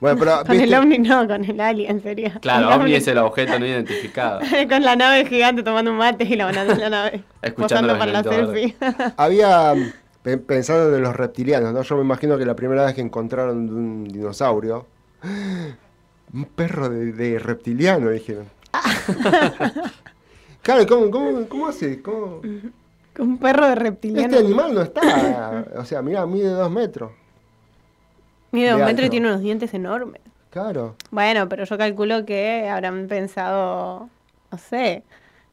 [SPEAKER 5] Bueno,
[SPEAKER 6] Ah,
[SPEAKER 5] pero,
[SPEAKER 7] Con el
[SPEAKER 5] viste,
[SPEAKER 7] ovni no, con el alien sería.
[SPEAKER 6] Claro,
[SPEAKER 7] El
[SPEAKER 6] ovni es el objeto no identificado.
[SPEAKER 7] con la nave gigante tomando un mate y la banana de la nave.
[SPEAKER 6] Escuchando
[SPEAKER 7] posando para la
[SPEAKER 6] los
[SPEAKER 7] selfie.
[SPEAKER 5] había mm, pe- pensado en los reptilianos, ¿no? Yo me imagino que la primera vez que encontraron de un dinosaurio, un perro de, de reptiliano, dijeron. claro, ¿cómo, cómo, cómo hace? ¿Cómo?
[SPEAKER 7] Con un perro de
[SPEAKER 5] Este
[SPEAKER 7] reptiliano.
[SPEAKER 5] animal no está. O sea, mirá, mide dos metros.
[SPEAKER 7] Mide
[SPEAKER 5] de
[SPEAKER 7] un metro y
[SPEAKER 5] alto.
[SPEAKER 7] tiene unos dientes enormes.
[SPEAKER 5] Claro.
[SPEAKER 7] Bueno, pero yo calculo que habrán pensado, no sé,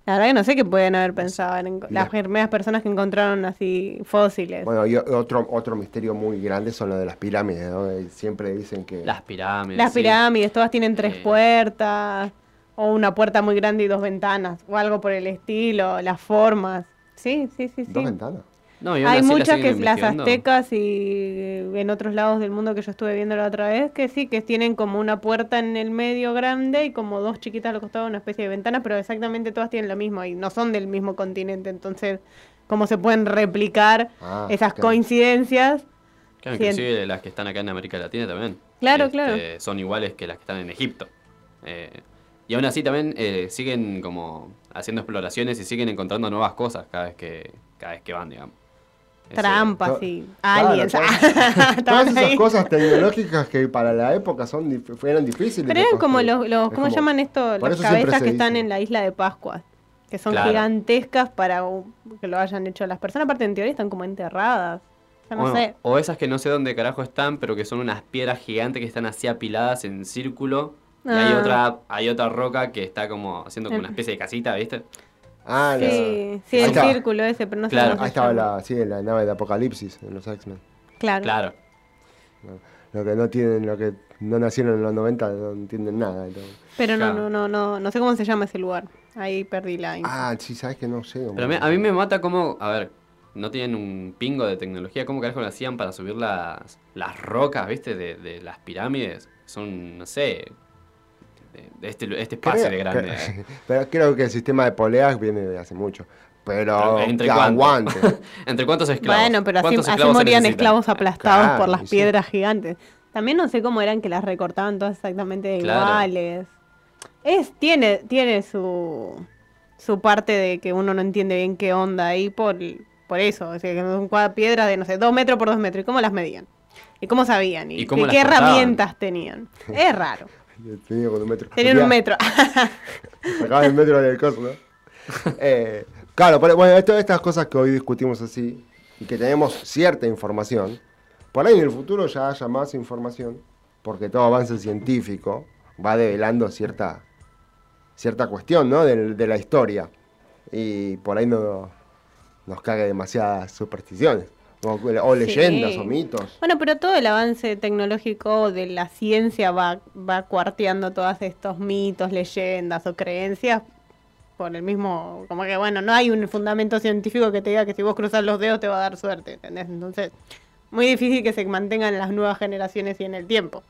[SPEAKER 7] la verdad que no sé qué pueden haber pensado en- las primeras personas que encontraron así fósiles.
[SPEAKER 5] Bueno, y o- otro, otro misterio muy grande son lo de las pirámides, ¿no? Eh, Siempre dicen que.
[SPEAKER 6] Las pirámides.
[SPEAKER 7] Las
[SPEAKER 6] sí.
[SPEAKER 7] pirámides, todas tienen tres
[SPEAKER 6] Eh.
[SPEAKER 7] puertas, o una puerta muy grande y dos ventanas, o algo por el estilo, las formas. Sí, sí, sí, sí.
[SPEAKER 5] Dos ventanas.
[SPEAKER 6] No, y aún
[SPEAKER 7] Hay
[SPEAKER 6] así la
[SPEAKER 7] muchas
[SPEAKER 6] siguen
[SPEAKER 7] que las
[SPEAKER 6] investigando.
[SPEAKER 7] aztecas y eh, en otros lados del mundo que yo estuve viendo la otra vez, que sí, que tienen como una puerta en el medio grande y como dos chiquitas a los costados, una especie de ventana, pero exactamente todas tienen lo mismo y no son del mismo continente. Entonces, ¿cómo se pueden replicar
[SPEAKER 5] Ah,
[SPEAKER 7] esas
[SPEAKER 5] claro.
[SPEAKER 7] coincidencias?
[SPEAKER 6] Claro,
[SPEAKER 7] Cien.
[SPEAKER 6] inclusive las que están acá en América Latina también.
[SPEAKER 7] Claro,
[SPEAKER 6] Este,
[SPEAKER 7] claro.
[SPEAKER 6] Son iguales que las que están en Egipto. Eh, y aún así también eh, siguen como haciendo exploraciones y siguen encontrando nuevas cosas cada vez que, cada vez que van, digamos. Ese-
[SPEAKER 7] Trampas
[SPEAKER 5] to-
[SPEAKER 7] y
[SPEAKER 5] claro,
[SPEAKER 7] aliens.
[SPEAKER 5] todas-
[SPEAKER 7] Estaban
[SPEAKER 5] Todas esas
[SPEAKER 7] ahí.
[SPEAKER 5] cosas tecnológicas que para la época son dif- eran difíciles.
[SPEAKER 7] Pero
[SPEAKER 5] de
[SPEAKER 7] eran como
[SPEAKER 5] construir.
[SPEAKER 7] los, los-
[SPEAKER 5] Es
[SPEAKER 7] ¿cómo
[SPEAKER 5] como-
[SPEAKER 7] llaman esto?
[SPEAKER 5] por
[SPEAKER 7] Las
[SPEAKER 5] eso siempre
[SPEAKER 7] cabezas
[SPEAKER 5] se
[SPEAKER 7] que están
[SPEAKER 5] dice.
[SPEAKER 7] en la isla de Pascua, que son
[SPEAKER 6] Claro.
[SPEAKER 7] gigantescas para u- que lo hayan hecho las personas. Aparte, en teoría están como enterradas. Yo no
[SPEAKER 6] o,
[SPEAKER 7] sé.
[SPEAKER 6] o esas que no sé dónde carajo están, pero que son unas piedras gigantes que están así apiladas en círculo. Y hay
[SPEAKER 7] Ah. Eh.
[SPEAKER 6] otra, hay otra roca que está como haciendo como una especie de casita, ¿viste?
[SPEAKER 5] Ah, la-
[SPEAKER 7] Sí, sí,
[SPEAKER 5] Ahí
[SPEAKER 7] el
[SPEAKER 5] está.
[SPEAKER 7] círculo ese, pero no sé.
[SPEAKER 6] Claro,
[SPEAKER 7] cómo se
[SPEAKER 5] Ahí estaba
[SPEAKER 7] llama.
[SPEAKER 5] la, sí, la nave de Apocalipsis en los X-Men.
[SPEAKER 7] Claro.
[SPEAKER 6] Claro.
[SPEAKER 5] Lo que no tienen, lo que no nacieron en los 90 no entienden nada. entonces.
[SPEAKER 7] Pero no,
[SPEAKER 6] Claro.
[SPEAKER 7] no, no, no, no sé cómo se llama ese lugar. Ahí perdí la. info.
[SPEAKER 5] Ah, sí, sabes que no sé.
[SPEAKER 6] Pero a mí, a mí me mata cómo, a ver, no tienen un pingo de tecnología, cómo carajo lo hacían para subir las, las rocas, ¿viste? De, de las pirámides. Son, no sé, de- de este, este espacio de grande. ¿eh?
[SPEAKER 5] Pero, creo que el sistema de poleas viene de hace mucho. Pero
[SPEAKER 6] Pero, ¿entre
[SPEAKER 5] que
[SPEAKER 6] cuánto?
[SPEAKER 5] aguante.
[SPEAKER 6] ¿Entre cuántos esclavos?
[SPEAKER 7] bueno, pero así,
[SPEAKER 6] ¿Cuántos
[SPEAKER 7] así
[SPEAKER 6] esclavos se
[SPEAKER 7] morían
[SPEAKER 6] necesitan?
[SPEAKER 7] esclavos aplastados
[SPEAKER 5] Claro,
[SPEAKER 7] por las
[SPEAKER 5] y sí.
[SPEAKER 7] piedras gigantes. También no sé cómo eran que las recortaban todas exactamente
[SPEAKER 6] Claro.
[SPEAKER 7] iguales. Es, tiene, tiene su, su parte de que uno no entiende bien qué onda ahí por, por eso. O sea, que son cua- piedras de, no sé, dos metros por dos metros. ¿Y cómo las medían? ¿Y cómo sabían? ¿Y,
[SPEAKER 6] ¿Y cómo
[SPEAKER 7] qué-
[SPEAKER 6] las
[SPEAKER 7] qué
[SPEAKER 6] cortaban?
[SPEAKER 7] herramientas tenían? Es raro.
[SPEAKER 5] Tenía con un metro.
[SPEAKER 7] Tenían
[SPEAKER 5] Mirá,
[SPEAKER 7] un metro.
[SPEAKER 5] Sacaban el metro del coso, ¿no? Eh, claro, pero, bueno, esto- estas cosas que hoy discutimos así y que tenemos cierta información, por ahí en el futuro ya haya más información, porque todo avance científico va develando cierta, cierta cuestión, ¿no? Del- De, la historia. Y por ahí no, nos cague demasiadas supersticiones, o, o
[SPEAKER 7] Sí.
[SPEAKER 5] leyendas, o mitos.
[SPEAKER 7] Bueno, pero todo el avance tecnológico de la ciencia va, va cuarteando todos estos mitos, leyendas o creencias por el mismo, como que bueno, no hay un fundamento científico que te diga que si vos cruzas los dedos te va a dar suerte, ¿entendés? Entonces, muy difícil que se mantengan las nuevas generaciones y en el tiempo.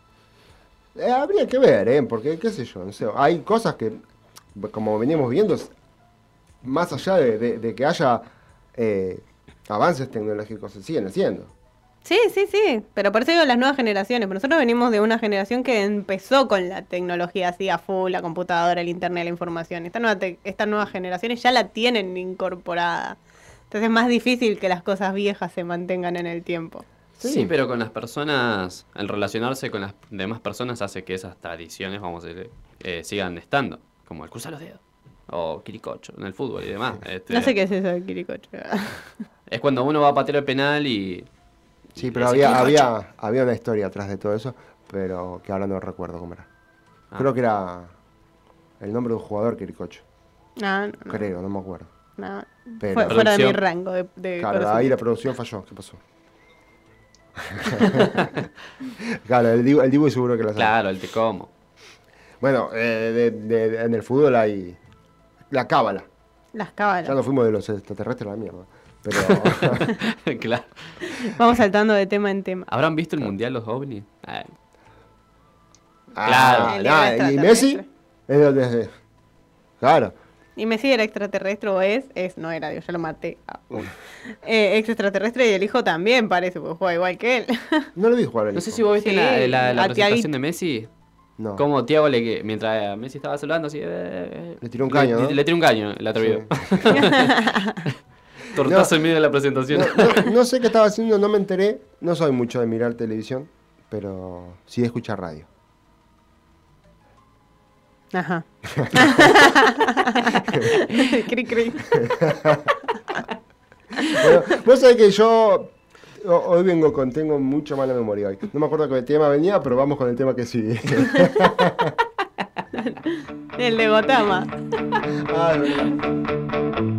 [SPEAKER 5] Eh, habría que ver, ¿eh? Porque, qué sé yo, no sé, hay cosas que, como venimos viendo, s- más allá de, de- de que haya eh, avances tecnológicos, se siguen haciendo.
[SPEAKER 7] Sí, sí, sí, pero por eso digo las nuevas generaciones. pero Nosotros venimos de una generación que empezó con la tecnología así a full, la computadora, el internet, la información. Esta nueva te- Estas nuevas generaciones ya la tienen incorporada. Entonces es más difícil que las cosas viejas se mantengan en el tiempo.
[SPEAKER 6] Sí. pero con las personas, el relacionarse con las demás personas hace que esas tradiciones, vamos a decir, eh, sigan estando. Como el cruzar los dedos. O quiricocho en el fútbol y demás. Este,
[SPEAKER 7] No sé qué es eso de Quiricocho.
[SPEAKER 6] Es cuando uno va a patear el penal y.
[SPEAKER 5] Sí,
[SPEAKER 6] y
[SPEAKER 5] pero
[SPEAKER 6] dice,
[SPEAKER 5] había,
[SPEAKER 6] "Quiricocho".
[SPEAKER 5] había, había una historia atrás de todo eso, pero que ahora no recuerdo cómo era.
[SPEAKER 6] Ah.
[SPEAKER 5] Creo que era el nombre de un jugador, Quiricocho.
[SPEAKER 7] No, no,
[SPEAKER 5] Creo, no me acuerdo.
[SPEAKER 7] no.
[SPEAKER 5] Pero-
[SPEAKER 7] Fue- fuera de mi
[SPEAKER 6] Ah. Producción.
[SPEAKER 7] rango de, de
[SPEAKER 5] Claro, ahí
[SPEAKER 7] conocimiento.
[SPEAKER 5] la producción falló. ¿Qué pasó? claro, el Dibu, el Dibu seguro que la sabe.
[SPEAKER 6] Claro, el te como.
[SPEAKER 5] Bueno, eh, de- de- de- en el fútbol hay la cábala.
[SPEAKER 7] Las
[SPEAKER 5] Ya
[SPEAKER 7] cábalas.
[SPEAKER 5] nos fuimos de los extraterrestres a la mierda.
[SPEAKER 6] Ah,
[SPEAKER 5] Pero
[SPEAKER 6] claro.
[SPEAKER 7] Vamos saltando de tema en tema.
[SPEAKER 6] ¿Habrán visto el mundial los ovnis? Ay,
[SPEAKER 5] Ah,
[SPEAKER 7] El
[SPEAKER 5] nada,
[SPEAKER 7] libro
[SPEAKER 5] y Messi
[SPEAKER 7] extraterrestre.
[SPEAKER 5] es donde se- Claro.
[SPEAKER 7] Y Messi era extraterrestre o es, es, no era, Dios, ya lo maté. Ah. Eh, ex extraterrestre y el hijo también parece, porque juega igual que él.
[SPEAKER 5] No lo vi jugar al
[SPEAKER 6] No sé
[SPEAKER 5] hijo.
[SPEAKER 6] si vos viste
[SPEAKER 7] Sí,
[SPEAKER 6] la, la, la
[SPEAKER 7] a
[SPEAKER 6] presentación
[SPEAKER 7] Thiago-
[SPEAKER 6] de Messi.
[SPEAKER 5] No.
[SPEAKER 6] Como Tiago le que- mientras eh, Messi estaba saludando así. eh, eh,
[SPEAKER 5] Le tiró un caño,
[SPEAKER 6] Le,
[SPEAKER 5] ¿no?
[SPEAKER 6] le tiró un caño, la atrevido. Tortazo
[SPEAKER 5] No.
[SPEAKER 6] en medio de la presentación.
[SPEAKER 5] No, no- no sé qué estaba haciendo, no me enteré. No soy mucho de mirar televisión, pero sí de escuchar radio.
[SPEAKER 7] Ajá. cri, cri.
[SPEAKER 5] Bueno, vos sabés que yo ho- hoy vengo con, tengo mucha mala memoria hoy. No me acuerdo con el tema venía, pero vamos con el tema que sigue.
[SPEAKER 7] El de Gotama.
[SPEAKER 5] Ah, de verdad.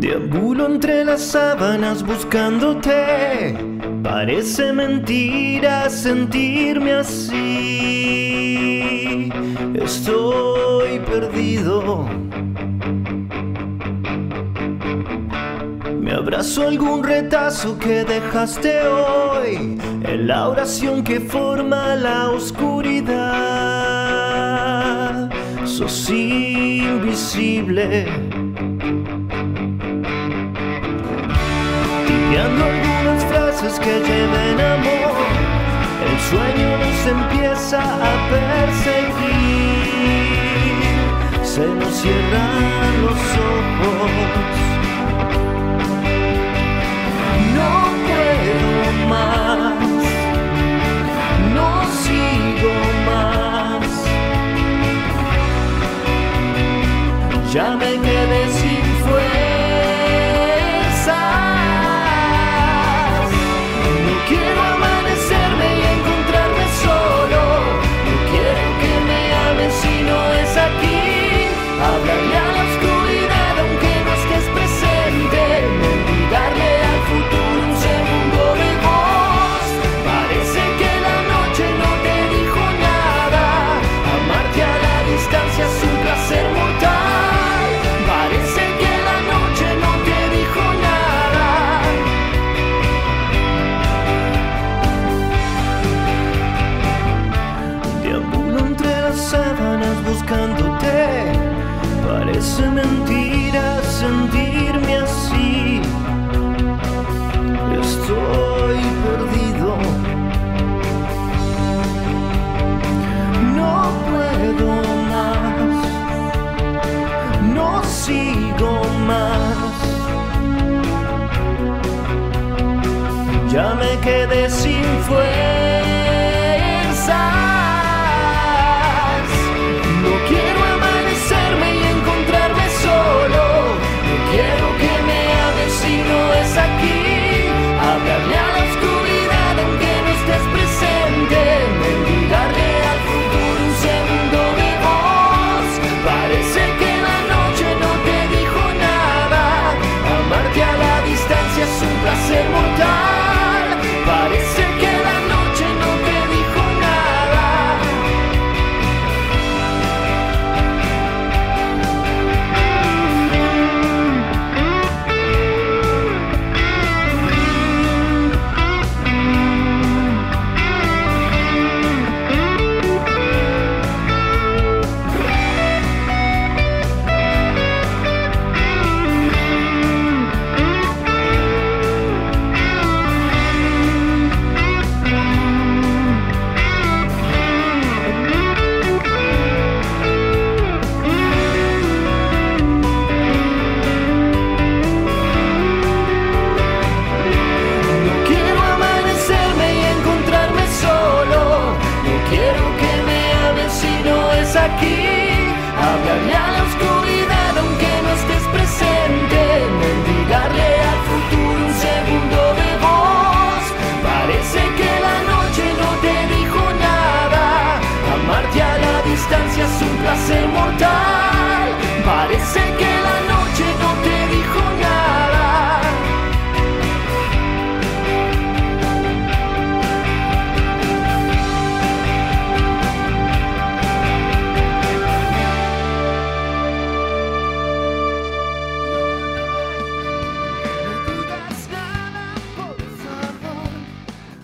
[SPEAKER 8] Diabulo entre las sábanas buscándote. Parece mentira sentirme así. Estoy perdido. Me abrazo algún retazo que dejaste hoy en la oración que forma la oscuridad. Sos invisible. Tibiando algunas frases que lleven amor, el sueño nos empieza a perseguir, se nos cierran los ojos. No puedo más, no sigo más, ya me quedé sin fuerzas. No quiero amanecerme y encontrarme solo. No quiero que me ames si no es aquí. Hablarle a la oscuridad aunque no estés presente. Mendigarle al futuro un segundo de voz. Parece que la noche no te dijo nada. Amarte a la distancia es un placer mortal. Parece que la noche no te dijo nada. Deambulo entre las sábanas buscándote. Parece mentira sentirme así. Estoy perdido. No puedo más. No sigo más. Ya me quedé sin fuerzas. No quiero amanecerme y encontrarme solo. No quiero que me ames si no es aquí. Hablarle a la oscuridad aunque no estés presente. Mendigarle al futuro un segundo de voz. Parece que la noche no te dijo nada. Amarte a la distancia es un placer mortal. Parece que la noche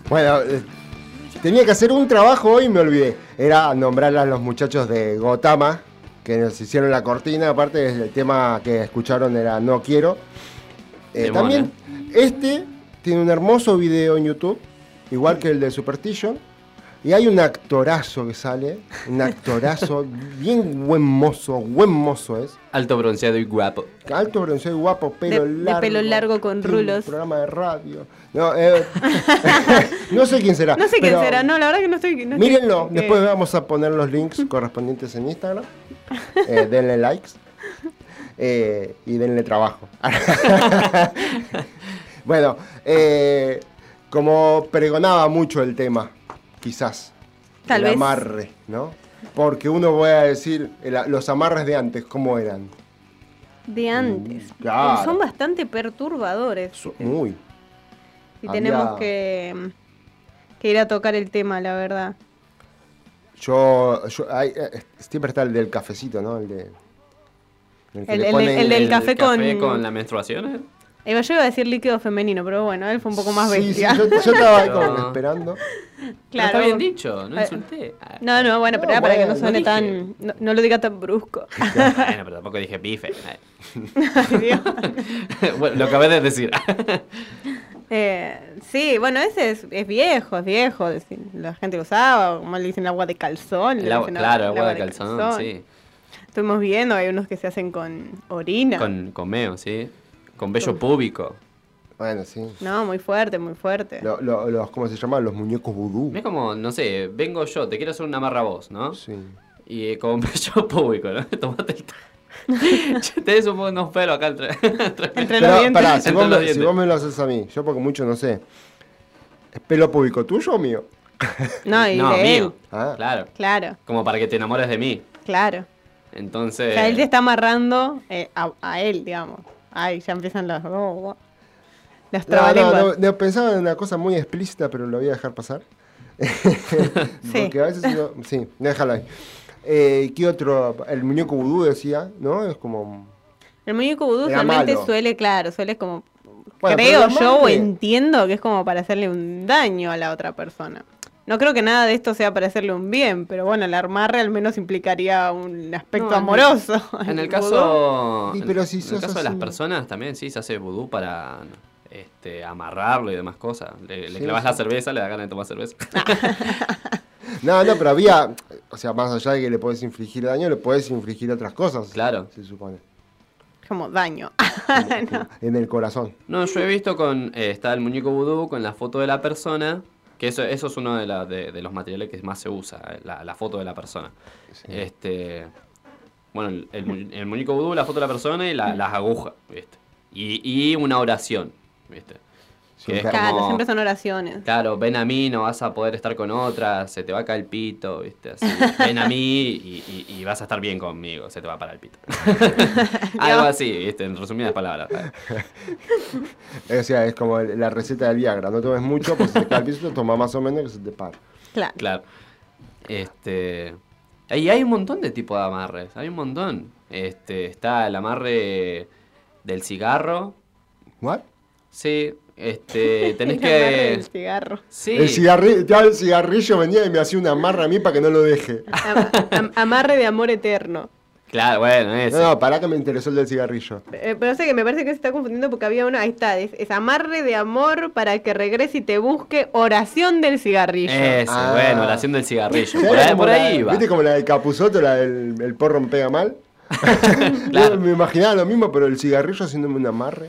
[SPEAKER 5] Bueno, eh, tenía que hacer un trabajo hoy y me olvidé. Era nombrar a los muchachos de Gotama, que nos hicieron la cortina. Aparte, el tema que escucharon era No Quiero. Eh,
[SPEAKER 6] Temón,
[SPEAKER 5] también, este tiene un hermoso video en YouTube, igual que el de Superstition. Y hay un actorazo que sale, un actorazo, bien buen mozo, buen mozo es.
[SPEAKER 6] Alto bronceado y guapo.
[SPEAKER 5] Alto bronceado y guapo, pelo
[SPEAKER 7] De- de
[SPEAKER 5] largo.
[SPEAKER 7] pelo largo con
[SPEAKER 5] tiene
[SPEAKER 7] rulos.
[SPEAKER 5] Un programa de radio. No, eh, no sé quién será.
[SPEAKER 7] No sé quién
[SPEAKER 5] pero
[SPEAKER 7] será, no, la verdad que no estoy. no estoy-
[SPEAKER 5] Mírenlo,
[SPEAKER 7] eh,
[SPEAKER 5] después vamos a poner los links correspondientes en Instagram. Eh, denle likes eh, y denle trabajo. bueno, eh, como pregonaba mucho el tema, quizás.
[SPEAKER 7] Tal
[SPEAKER 5] el
[SPEAKER 7] vez.
[SPEAKER 5] amarre, ¿no? Porque uno voy a decir el- los amarres de antes, ¿cómo eran?
[SPEAKER 7] De antes.
[SPEAKER 5] Mm, claro.
[SPEAKER 7] Son bastante perturbadores.
[SPEAKER 5] Su- Muy.
[SPEAKER 7] Y
[SPEAKER 5] Había-
[SPEAKER 7] tenemos que, que ir a tocar el tema, la verdad.
[SPEAKER 5] Yo, yo- hay, eh, siempre está el del cafecito, ¿no? El de. que
[SPEAKER 7] El-
[SPEAKER 5] le
[SPEAKER 7] el-
[SPEAKER 5] ponen-
[SPEAKER 7] el del café con-
[SPEAKER 6] con la menstruación. ¿eh?
[SPEAKER 7] Iba- yo iba a decir líquido femenino, pero bueno, él fue un poco más
[SPEAKER 5] Sí, sí,
[SPEAKER 7] bestia.
[SPEAKER 5] yo, yo estaba ahí como
[SPEAKER 6] Pero-
[SPEAKER 5] esperando.
[SPEAKER 6] No
[SPEAKER 7] claro.
[SPEAKER 6] está bien dicho, no
[SPEAKER 7] Eh,
[SPEAKER 6] insulté. Ah,
[SPEAKER 7] No, no, bueno,
[SPEAKER 5] No,
[SPEAKER 7] pero era para que no
[SPEAKER 5] bueno,
[SPEAKER 7] suene
[SPEAKER 6] dije.
[SPEAKER 7] tan. No, no lo diga tan brusco.
[SPEAKER 6] Bueno, pero tampoco dije bife.
[SPEAKER 7] Dios.
[SPEAKER 6] bueno, lo acabé de decir.
[SPEAKER 7] Eh, sí, bueno, ese es, es viejo, es viejo. es decir, la gente lo usaba, como le dicen agua de calzón. le
[SPEAKER 6] El agua-
[SPEAKER 7] dicen
[SPEAKER 6] claro,
[SPEAKER 7] el
[SPEAKER 6] agua de calzón, sí.
[SPEAKER 7] Estuvimos viendo, hay unos que se hacen con orina.
[SPEAKER 6] Con, con meo, sí. Con bello público.
[SPEAKER 5] Bueno, sí.
[SPEAKER 7] No, muy fuerte, muy fuerte.
[SPEAKER 5] Lo- lo- los, ¿Cómo se llaman? Los muñecos vudú.
[SPEAKER 6] Es como, no sé, vengo yo, te quiero hacer una amarra a vos, ¿no?
[SPEAKER 5] Sí.
[SPEAKER 6] Y eh, con bello público, ¿no? Tomate el... Che, Tenés un poco unos pelos acá entre... entre-
[SPEAKER 7] Entre los
[SPEAKER 5] Pero,
[SPEAKER 7] dientes.
[SPEAKER 5] pará, si
[SPEAKER 6] Entre
[SPEAKER 5] vos,
[SPEAKER 6] los
[SPEAKER 5] me, si
[SPEAKER 6] dientes.
[SPEAKER 5] vos me lo haces a mí, yo porque mucho no sé. ¿Es pelo público tuyo o mío?
[SPEAKER 7] No, y
[SPEAKER 6] no,
[SPEAKER 7] de él.
[SPEAKER 6] mío.
[SPEAKER 5] Ah.
[SPEAKER 6] Claro.
[SPEAKER 7] Claro,
[SPEAKER 6] Como para que te enamores de mí.
[SPEAKER 7] claro.
[SPEAKER 6] Entonces...
[SPEAKER 7] O sea, él te está amarrando eh, a, a él, digamos. Ay, ya empiezan los. oh, oh. Las
[SPEAKER 5] No, no,
[SPEAKER 7] trabalenguas.
[SPEAKER 5] no, no, pensaba en una cosa muy explícita, pero lo voy a dejar pasar. Porque a veces uno- Sí, déjalo ahí. Eh, ¿Qué otro? El muñeco vudú decía, ¿no? Es como...
[SPEAKER 7] El muñeco vudú
[SPEAKER 5] Era
[SPEAKER 7] realmente
[SPEAKER 5] malo.
[SPEAKER 7] suele, claro, suele como.
[SPEAKER 5] Bueno,
[SPEAKER 7] creo
[SPEAKER 5] pero la
[SPEAKER 7] yo o
[SPEAKER 5] madre-
[SPEAKER 7] entiendo que es como para hacerle un daño a la otra persona. No creo que nada de esto sea para hacerle un bien, pero bueno, el armarre al menos implicaría un aspecto
[SPEAKER 6] No, en el-
[SPEAKER 7] amoroso.
[SPEAKER 6] En el
[SPEAKER 7] vudú.
[SPEAKER 6] caso,
[SPEAKER 5] Y
[SPEAKER 6] en-
[SPEAKER 5] pero si
[SPEAKER 6] en el
[SPEAKER 5] sos
[SPEAKER 6] caso de las
[SPEAKER 5] así-
[SPEAKER 6] personas también, sí, se hace vudú para este, amarrarlo y demás cosas. Le, le
[SPEAKER 5] Sí,
[SPEAKER 6] clavas
[SPEAKER 5] sí.
[SPEAKER 6] la cerveza, le da ganas de tomar cerveza.
[SPEAKER 5] No, no, pero había... O sea, más allá de que le podés infligir daño, le podés infligir otras cosas.
[SPEAKER 6] Claro.
[SPEAKER 5] Se supone.
[SPEAKER 7] Como daño.
[SPEAKER 5] En el corazón.
[SPEAKER 6] no, yo he visto con, eh, está el muñeco vudú con la foto de la persona, que eso, eso es uno de, la- de- de los materiales que más se usa, eh, la, la foto de la persona. Este, bueno, el, el mu- el muñeco vudú, la foto de la persona y la- las agujas, ¿viste? Y, y una oración, ¿viste?
[SPEAKER 5] Sí,
[SPEAKER 6] Que
[SPEAKER 5] claro.
[SPEAKER 7] Claro,
[SPEAKER 6] como-
[SPEAKER 7] siempre son oraciones.
[SPEAKER 6] Claro, ven a mí, no vas a poder estar con otra, se te va a caer el pito, ¿viste? Así, ven a mí y, y- y vas a estar bien conmigo, se te va a parar el pito. Algo así, ¿viste? En resumidas palabras.
[SPEAKER 5] O sea, es como el- la receta del Viagra. No tomes mucho, pues si te cae el piso, toma más o menos que se te para.
[SPEAKER 7] Claro.
[SPEAKER 6] Claro. Este. Y hay un montón de tipos de amarres, hay un montón. Este, está el amarre del cigarro.
[SPEAKER 5] ¿What?
[SPEAKER 6] Sí, este, tenés
[SPEAKER 7] El amarre
[SPEAKER 6] que.
[SPEAKER 7] del cigarro.
[SPEAKER 6] Sí.
[SPEAKER 5] El, cigarrillo, ya el cigarrillo venía y me hacía una amarra a mí para que no lo deje.
[SPEAKER 7] Am- am- amarre de amor eterno.
[SPEAKER 6] Claro, bueno, eso.
[SPEAKER 5] No, no, pará que me interesó el del cigarrillo.
[SPEAKER 7] Eh, pero sé que me parece que se está confundiendo porque había uno, ahí está, es, es amarre de amor para que regrese y te busque oración del cigarrillo.
[SPEAKER 6] Eso,
[SPEAKER 5] Ah.
[SPEAKER 6] bueno, la acción del cigarrillo.
[SPEAKER 5] ¿Sabés
[SPEAKER 6] Por ahí,
[SPEAKER 5] como
[SPEAKER 6] por
[SPEAKER 5] la-
[SPEAKER 6] ahí va.
[SPEAKER 5] Ah. ¿Viste como la del capuzoto, la del el porro me pega mal? Yo
[SPEAKER 6] Claro.
[SPEAKER 5] me imaginaba lo mismo, pero el cigarrillo haciéndome un amarre.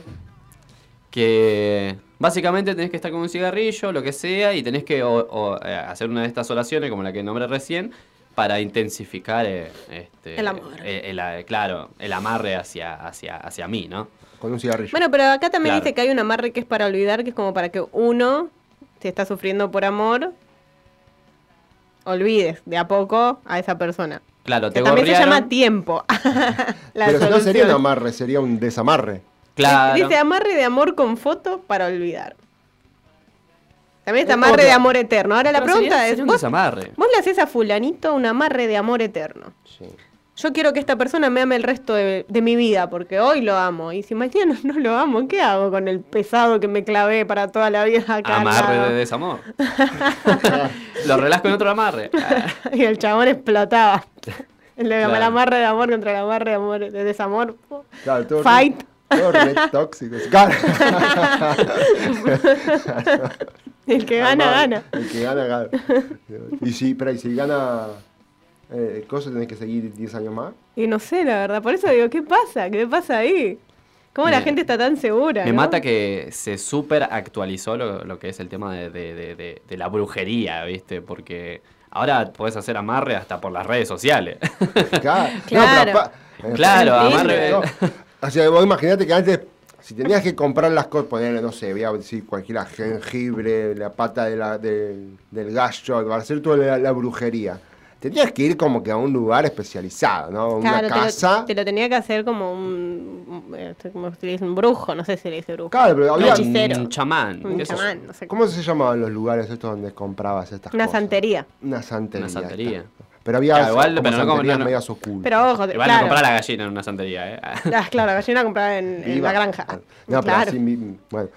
[SPEAKER 6] que básicamente tenés que estar con un cigarrillo, lo que sea, y tenés que o- o, eh, hacer una de estas oraciones, como la que nombré recién, para intensificar eh, este,
[SPEAKER 7] El amor.
[SPEAKER 6] eh, el, eh, claro, el amarre hacia, hacia, hacia mí, ¿no?
[SPEAKER 5] Con un cigarrillo.
[SPEAKER 7] Bueno, pero acá también
[SPEAKER 6] Claro.
[SPEAKER 7] dice que hay un amarre que es para olvidar, que es como para que uno, si está sufriendo por amor, olvides de a poco a esa persona.
[SPEAKER 6] Claro,
[SPEAKER 7] Que
[SPEAKER 6] te
[SPEAKER 7] también se
[SPEAKER 6] gorrearon.
[SPEAKER 7] llama tiempo. La
[SPEAKER 5] pero si no sería un
[SPEAKER 7] solución.
[SPEAKER 5] amarre, sería un desamarre.
[SPEAKER 6] Claro.
[SPEAKER 7] Dice amarre de amor con foto para olvidar. También está
[SPEAKER 5] Es como
[SPEAKER 7] amarre
[SPEAKER 5] que-
[SPEAKER 7] de amor eterno. Ahora la
[SPEAKER 6] Pero sería-
[SPEAKER 7] pregunta
[SPEAKER 6] sería
[SPEAKER 7] es,
[SPEAKER 6] un
[SPEAKER 7] ¿vos,
[SPEAKER 6] desamarre.
[SPEAKER 7] vos le haces a fulanito un amarre de amor eterno.
[SPEAKER 5] Sí.
[SPEAKER 7] yo quiero que esta persona me ame el resto de, de mi vida, porque hoy lo amo. Y si mañana no lo amo, ¿qué hago con el pesado que me clavé para toda la vida acá? al
[SPEAKER 6] Amarre
[SPEAKER 7] lado?
[SPEAKER 6] de desamor. Lo arreglás con otro amarre. Ah,
[SPEAKER 7] y el chabón explotaba. El de
[SPEAKER 6] Claro.
[SPEAKER 7] el amarre de amor contra el amarre de amor, de desamor.
[SPEAKER 5] Claro, todo re-
[SPEAKER 7] Fight.
[SPEAKER 5] todo re tóxico. Claro.
[SPEAKER 7] El que gana,
[SPEAKER 5] Además,
[SPEAKER 7] gana.
[SPEAKER 5] El que gana, gana. Y si, pero, y si gana eh, el coso, tenés que seguir 10 años más.
[SPEAKER 7] Y no sé, la verdad. Por eso digo, ¿qué pasa? ¿Qué pasa ahí? ¿Cómo la
[SPEAKER 6] Me-
[SPEAKER 7] gente está tan segura?
[SPEAKER 6] Me
[SPEAKER 7] no?
[SPEAKER 6] mata que se super actualizó lo, lo que es el tema de, de- de- de- de la brujería, ¿viste? Porque ahora podés hacer amarre hasta por las redes sociales.
[SPEAKER 5] Claro.
[SPEAKER 7] Claro.
[SPEAKER 6] Claro,
[SPEAKER 5] además
[SPEAKER 6] amarre-
[SPEAKER 5] O sea, vos imaginate que antes, si tenías que comprar las cosas, ponerle, no sé, voy a decir cualquiera, jengibre, la pata de la- de- del gallo, para hacer toda la, la brujería. Tenías que ir como que a un lugar especializado, ¿no? A Una
[SPEAKER 7] Claro, te lo-
[SPEAKER 5] casa.
[SPEAKER 7] Te lo, tenía que hacer como un. un- este, Como se le dice, un brujo, no sé si le dice brujo.
[SPEAKER 5] Claro, pero había-
[SPEAKER 7] Un hechicero.
[SPEAKER 6] Un chamán.
[SPEAKER 7] Un
[SPEAKER 6] ¿Qué sos?
[SPEAKER 7] chamán, no sé cómo.
[SPEAKER 5] ¿Cómo se llamaban los lugares estos donde comprabas estas
[SPEAKER 7] Una
[SPEAKER 5] cosas?
[SPEAKER 7] santería.
[SPEAKER 5] Una santería.
[SPEAKER 6] Una santería.
[SPEAKER 5] está. Pero había
[SPEAKER 6] Claro, igual,
[SPEAKER 5] como
[SPEAKER 6] pero no como-
[SPEAKER 5] santerías
[SPEAKER 6] no, no.
[SPEAKER 5] medias ocultas.
[SPEAKER 7] Pero ojo,
[SPEAKER 6] Te
[SPEAKER 7] te-
[SPEAKER 6] van a
[SPEAKER 7] claro.
[SPEAKER 6] comprar la gallina en una santería, ¿eh?
[SPEAKER 7] Ah, claro, la gallina comprada en, en
[SPEAKER 5] Viva.
[SPEAKER 7] la granja.
[SPEAKER 5] No, pero
[SPEAKER 7] Claro.
[SPEAKER 5] así mi- bueno.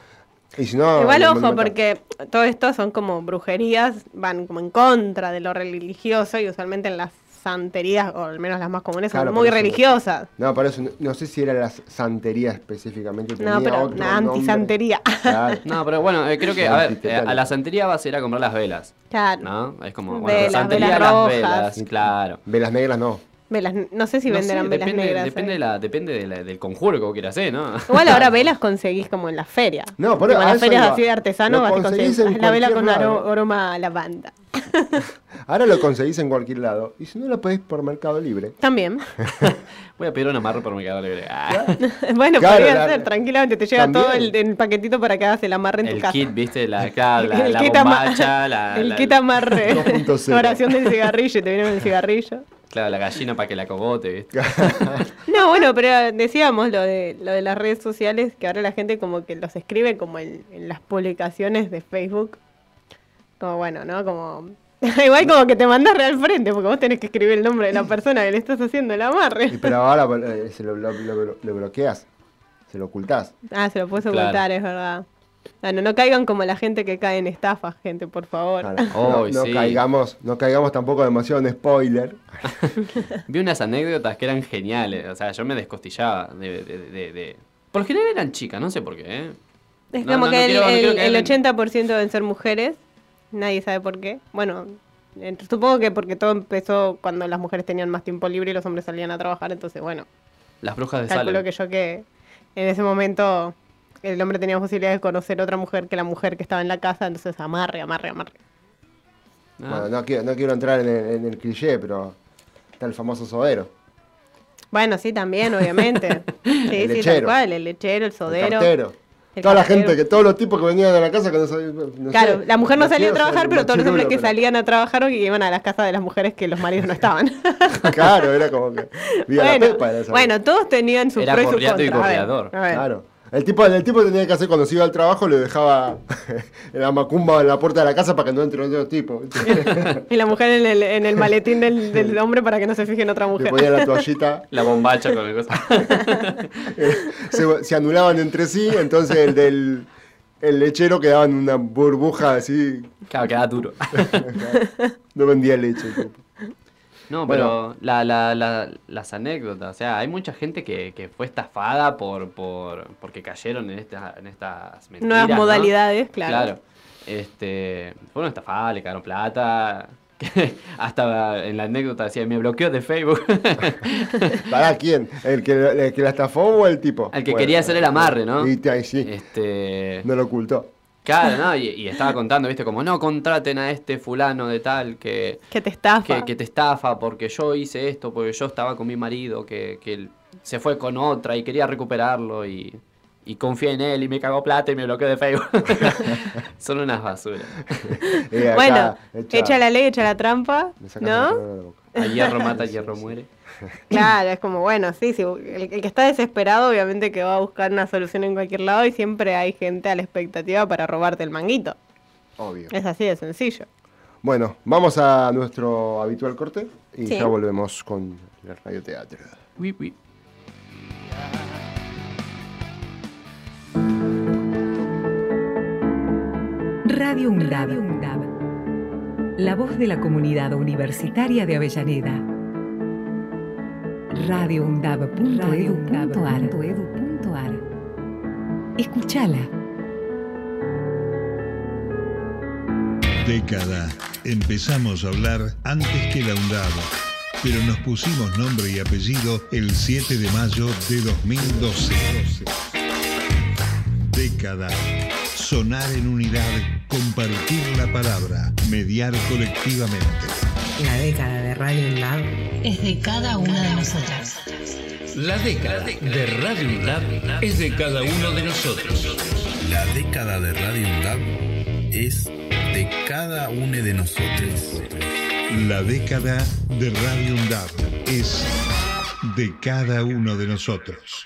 [SPEAKER 5] Y si no,
[SPEAKER 7] Igual
[SPEAKER 5] el
[SPEAKER 7] ojo,
[SPEAKER 5] monumento-
[SPEAKER 7] porque todo esto son como brujerías, van como en contra de lo religioso y usualmente en las santerías, o al menos las más comunes,
[SPEAKER 5] Claro,
[SPEAKER 7] son muy
[SPEAKER 5] por eso-
[SPEAKER 7] religiosas.
[SPEAKER 5] No, por eso no, no sé si era la s- santería específicamente.
[SPEAKER 7] No, pero una antisantería.
[SPEAKER 5] Claro.
[SPEAKER 6] No, pero bueno, eh, creo que, a ver, eh, a
[SPEAKER 5] Antitetano.
[SPEAKER 6] la santería vas a ir a comprar las velas,
[SPEAKER 7] Claro.
[SPEAKER 6] ¿no? Es como, bueno,
[SPEAKER 7] Velas,
[SPEAKER 6] santería,
[SPEAKER 7] velas
[SPEAKER 6] las
[SPEAKER 7] rojas.
[SPEAKER 6] velas, claro.
[SPEAKER 5] Velas negras no.
[SPEAKER 7] Velas, no sé si
[SPEAKER 6] No sé,
[SPEAKER 7] venderán velas
[SPEAKER 6] depende,
[SPEAKER 7] negras.
[SPEAKER 6] depende,
[SPEAKER 7] ¿eh?
[SPEAKER 6] de la, depende de la- del conjuro que vos quieras hacer, ¿no?
[SPEAKER 7] Igual ahora velas conseguís como en las ferias.
[SPEAKER 5] No, por
[SPEAKER 7] Tipo, en
[SPEAKER 5] a
[SPEAKER 7] las
[SPEAKER 5] eso
[SPEAKER 7] ferias
[SPEAKER 5] iba.
[SPEAKER 7] así de artesanos
[SPEAKER 5] Ah, Lo
[SPEAKER 7] vas y conseguís
[SPEAKER 5] conseguís en
[SPEAKER 7] la vela con
[SPEAKER 5] cualquier
[SPEAKER 7] aro-
[SPEAKER 5] lado.
[SPEAKER 7] aroma a lavanda.
[SPEAKER 5] Ahora lo conseguís en cualquier lado. Y si no, lo pedís por Mercado Libre.
[SPEAKER 7] También.
[SPEAKER 6] Voy a pedir un amarre por Mercado Libre. Ah,
[SPEAKER 7] bueno,
[SPEAKER 5] Claro,
[SPEAKER 7] podría
[SPEAKER 5] la-
[SPEAKER 7] ser, tranquilamente. Te llega todo el,
[SPEAKER 5] También.
[SPEAKER 7] el paquetito para que hagas el amarre en tu
[SPEAKER 6] el
[SPEAKER 7] casa.
[SPEAKER 6] kit, ¿viste? La, claro, la,
[SPEAKER 7] el
[SPEAKER 6] la
[SPEAKER 7] kit ama-
[SPEAKER 6] bombacha, la,
[SPEAKER 7] el
[SPEAKER 6] la-
[SPEAKER 7] kit amarre.
[SPEAKER 5] 2.0.
[SPEAKER 7] La oración del cigarrillo, te viene con el cigarrillo.
[SPEAKER 6] claro, la gallina para que la cogote, ¿viste?
[SPEAKER 7] No, bueno, pero decíamos lo de, lo de las redes sociales, que ahora la gente como que los escribe como en, en las publicaciones de Facebook. Como bueno, ¿no? Como... Igual como que te mandas real frente, porque vos tenés que escribir el nombre de la persona que le estás haciendo el
[SPEAKER 5] Y
[SPEAKER 7] amarre.
[SPEAKER 5] pero ahora eh, se lo, lo- lo- lo bloqueas. Se lo ocultás.
[SPEAKER 7] Ah, se lo puedes
[SPEAKER 6] Claro.
[SPEAKER 7] ocultar, es verdad. Ah, no, no caigan como la gente que cae en estafas, gente, por favor.
[SPEAKER 5] Claro.
[SPEAKER 6] Oh,
[SPEAKER 5] no, no
[SPEAKER 6] sí.
[SPEAKER 5] caigamos, no caigamos tampoco demasiado en spoiler.
[SPEAKER 6] Vi unas anécdotas que eran geniales, o sea, yo me descostillaba de... de, de- de- Por lo general eran chicas, no sé por qué, ¿eh?
[SPEAKER 7] Es
[SPEAKER 6] No,
[SPEAKER 7] como
[SPEAKER 6] no,
[SPEAKER 7] que
[SPEAKER 6] no
[SPEAKER 7] el,
[SPEAKER 6] quiero- no
[SPEAKER 7] el-
[SPEAKER 6] quiero caer
[SPEAKER 7] el
[SPEAKER 6] en-
[SPEAKER 7] 80% deben ser mujeres, nadie sabe por qué. Bueno, eh, supongo que porque todo empezó cuando las mujeres tenían más tiempo libre y los hombres salían a trabajar, entonces bueno,
[SPEAKER 6] Las brujas de
[SPEAKER 7] calculo
[SPEAKER 6] Salem.
[SPEAKER 7] que yo que en ese momento el hombre tenía posibilidad de conocer otra mujer que la mujer que estaba en la casa, entonces amarre, amarre, amarre.
[SPEAKER 6] Ah.
[SPEAKER 5] Bueno, no quiero, no quiero entrar en el, en el cliché, pero está el famoso sodero.
[SPEAKER 7] Bueno, sí, también, obviamente. Sí,
[SPEAKER 5] El
[SPEAKER 7] sí, tal
[SPEAKER 5] lechero.
[SPEAKER 7] cual, el lechero, el sodero.
[SPEAKER 5] El cartero.
[SPEAKER 7] El
[SPEAKER 5] Toda la
[SPEAKER 7] cartero.
[SPEAKER 5] gente, que todos los tipos que venían de la casa que no sabían- no
[SPEAKER 7] Claro,
[SPEAKER 5] sé,
[SPEAKER 7] la mujer no salía a
[SPEAKER 5] quiero ser
[SPEAKER 7] trabajar,
[SPEAKER 5] un
[SPEAKER 7] pero todos los hombres
[SPEAKER 5] machirulo,
[SPEAKER 7] que
[SPEAKER 5] pero-
[SPEAKER 7] salían a trabajar o que iban a las casas de las mujeres que los maridos no estaban.
[SPEAKER 5] Claro, era como que. Viva
[SPEAKER 7] bueno,
[SPEAKER 5] la pepa era esa.
[SPEAKER 7] bueno, todos tenían su
[SPEAKER 6] Era
[SPEAKER 7] pro y su
[SPEAKER 6] gorriato y
[SPEAKER 7] contra. A ver,
[SPEAKER 6] gorriador.
[SPEAKER 7] a ver.
[SPEAKER 5] Claro. El tipo, el tipo tenía que hacer cuando se iba al trabajo, le dejaba la macumba en la puerta de la casa para que no entre otro tipo. le
[SPEAKER 7] Y la mujer en el, en el maletín del, del hombre para que no se fije en otra mujer.
[SPEAKER 5] ponía la toallita, Eh,
[SPEAKER 6] La bombacha con el cosa.
[SPEAKER 5] se, se anulaban entre sí, entonces el del el lechero quedaba en una burbuja así,
[SPEAKER 6] claro, queda duro.
[SPEAKER 5] no vendía leche. el tipo.
[SPEAKER 6] No,
[SPEAKER 5] Bueno.
[SPEAKER 6] pero la, la, la- las anécdotas, o sea, hay mucha gente que, que fue estafada por, por porque cayeron en, esta, en estas mentiras.
[SPEAKER 7] Nuevas
[SPEAKER 6] ¿no?
[SPEAKER 7] modalidades, claro.
[SPEAKER 6] Este, fueron estafadas, le cagaron plata. que Hasta en la anécdota decía, me bloqueó de Facebook.
[SPEAKER 5] ¿Para quién? ¿El que, el que la estafó o el tipo?
[SPEAKER 6] Al que quería hacer el amarre, ¿no?
[SPEAKER 5] Y te- ahí sí,
[SPEAKER 6] Este,
[SPEAKER 5] no lo ocultó.
[SPEAKER 6] Claro, ¿no? Y, y estaba contando, ¿viste? Como, no contraten a este fulano de tal que...
[SPEAKER 7] Que te estafa.
[SPEAKER 6] que, que te estafa porque yo hice esto, porque yo estaba con mi marido, que, que él se fue con otra y quería recuperarlo y, y confié en él y me cagó plata y me bloqueó de Facebook. Son unas basuras.
[SPEAKER 5] Eh, acá,
[SPEAKER 7] bueno,
[SPEAKER 5] echa-
[SPEAKER 7] echa... la ley, echa la trampa,
[SPEAKER 5] me sacas la
[SPEAKER 7] ¿no?
[SPEAKER 5] palabra de la boca.
[SPEAKER 6] A hierro mata, a hierro muere.
[SPEAKER 7] Claro, es como, bueno, sí, sí el, el que está desesperado obviamente que va a buscar una solución en cualquier lado y siempre hay gente a la expectativa para robarte el manguito.
[SPEAKER 5] Obvio.
[SPEAKER 7] Es así de sencillo.
[SPEAKER 5] Bueno, vamos a nuestro habitual corte y
[SPEAKER 4] Sí.
[SPEAKER 5] ya volvemos con el radioteatro.
[SPEAKER 2] Uy, uy.
[SPEAKER 1] Radio UNDAB. La voz de la comunidad universitaria de Avellaneda. Radio UNDAB.edu.ar. Escúchala.
[SPEAKER 10] Década. Empezamos a hablar antes que la UNDAB, pero nos pusimos nombre y apellido el 7 de mayo de 2012. Década. Sonar en unidad, compartir la palabra, mediar colectivamente.
[SPEAKER 11] La década de Radio Lab es de cada una de nosotras.
[SPEAKER 2] La década de Radio UNDAB es de cada uno de nosotros.
[SPEAKER 12] La década de Radio UNDAB es de cada uno de nosotros.
[SPEAKER 10] La década de Radio UNDAB es de cada uno de nosotros.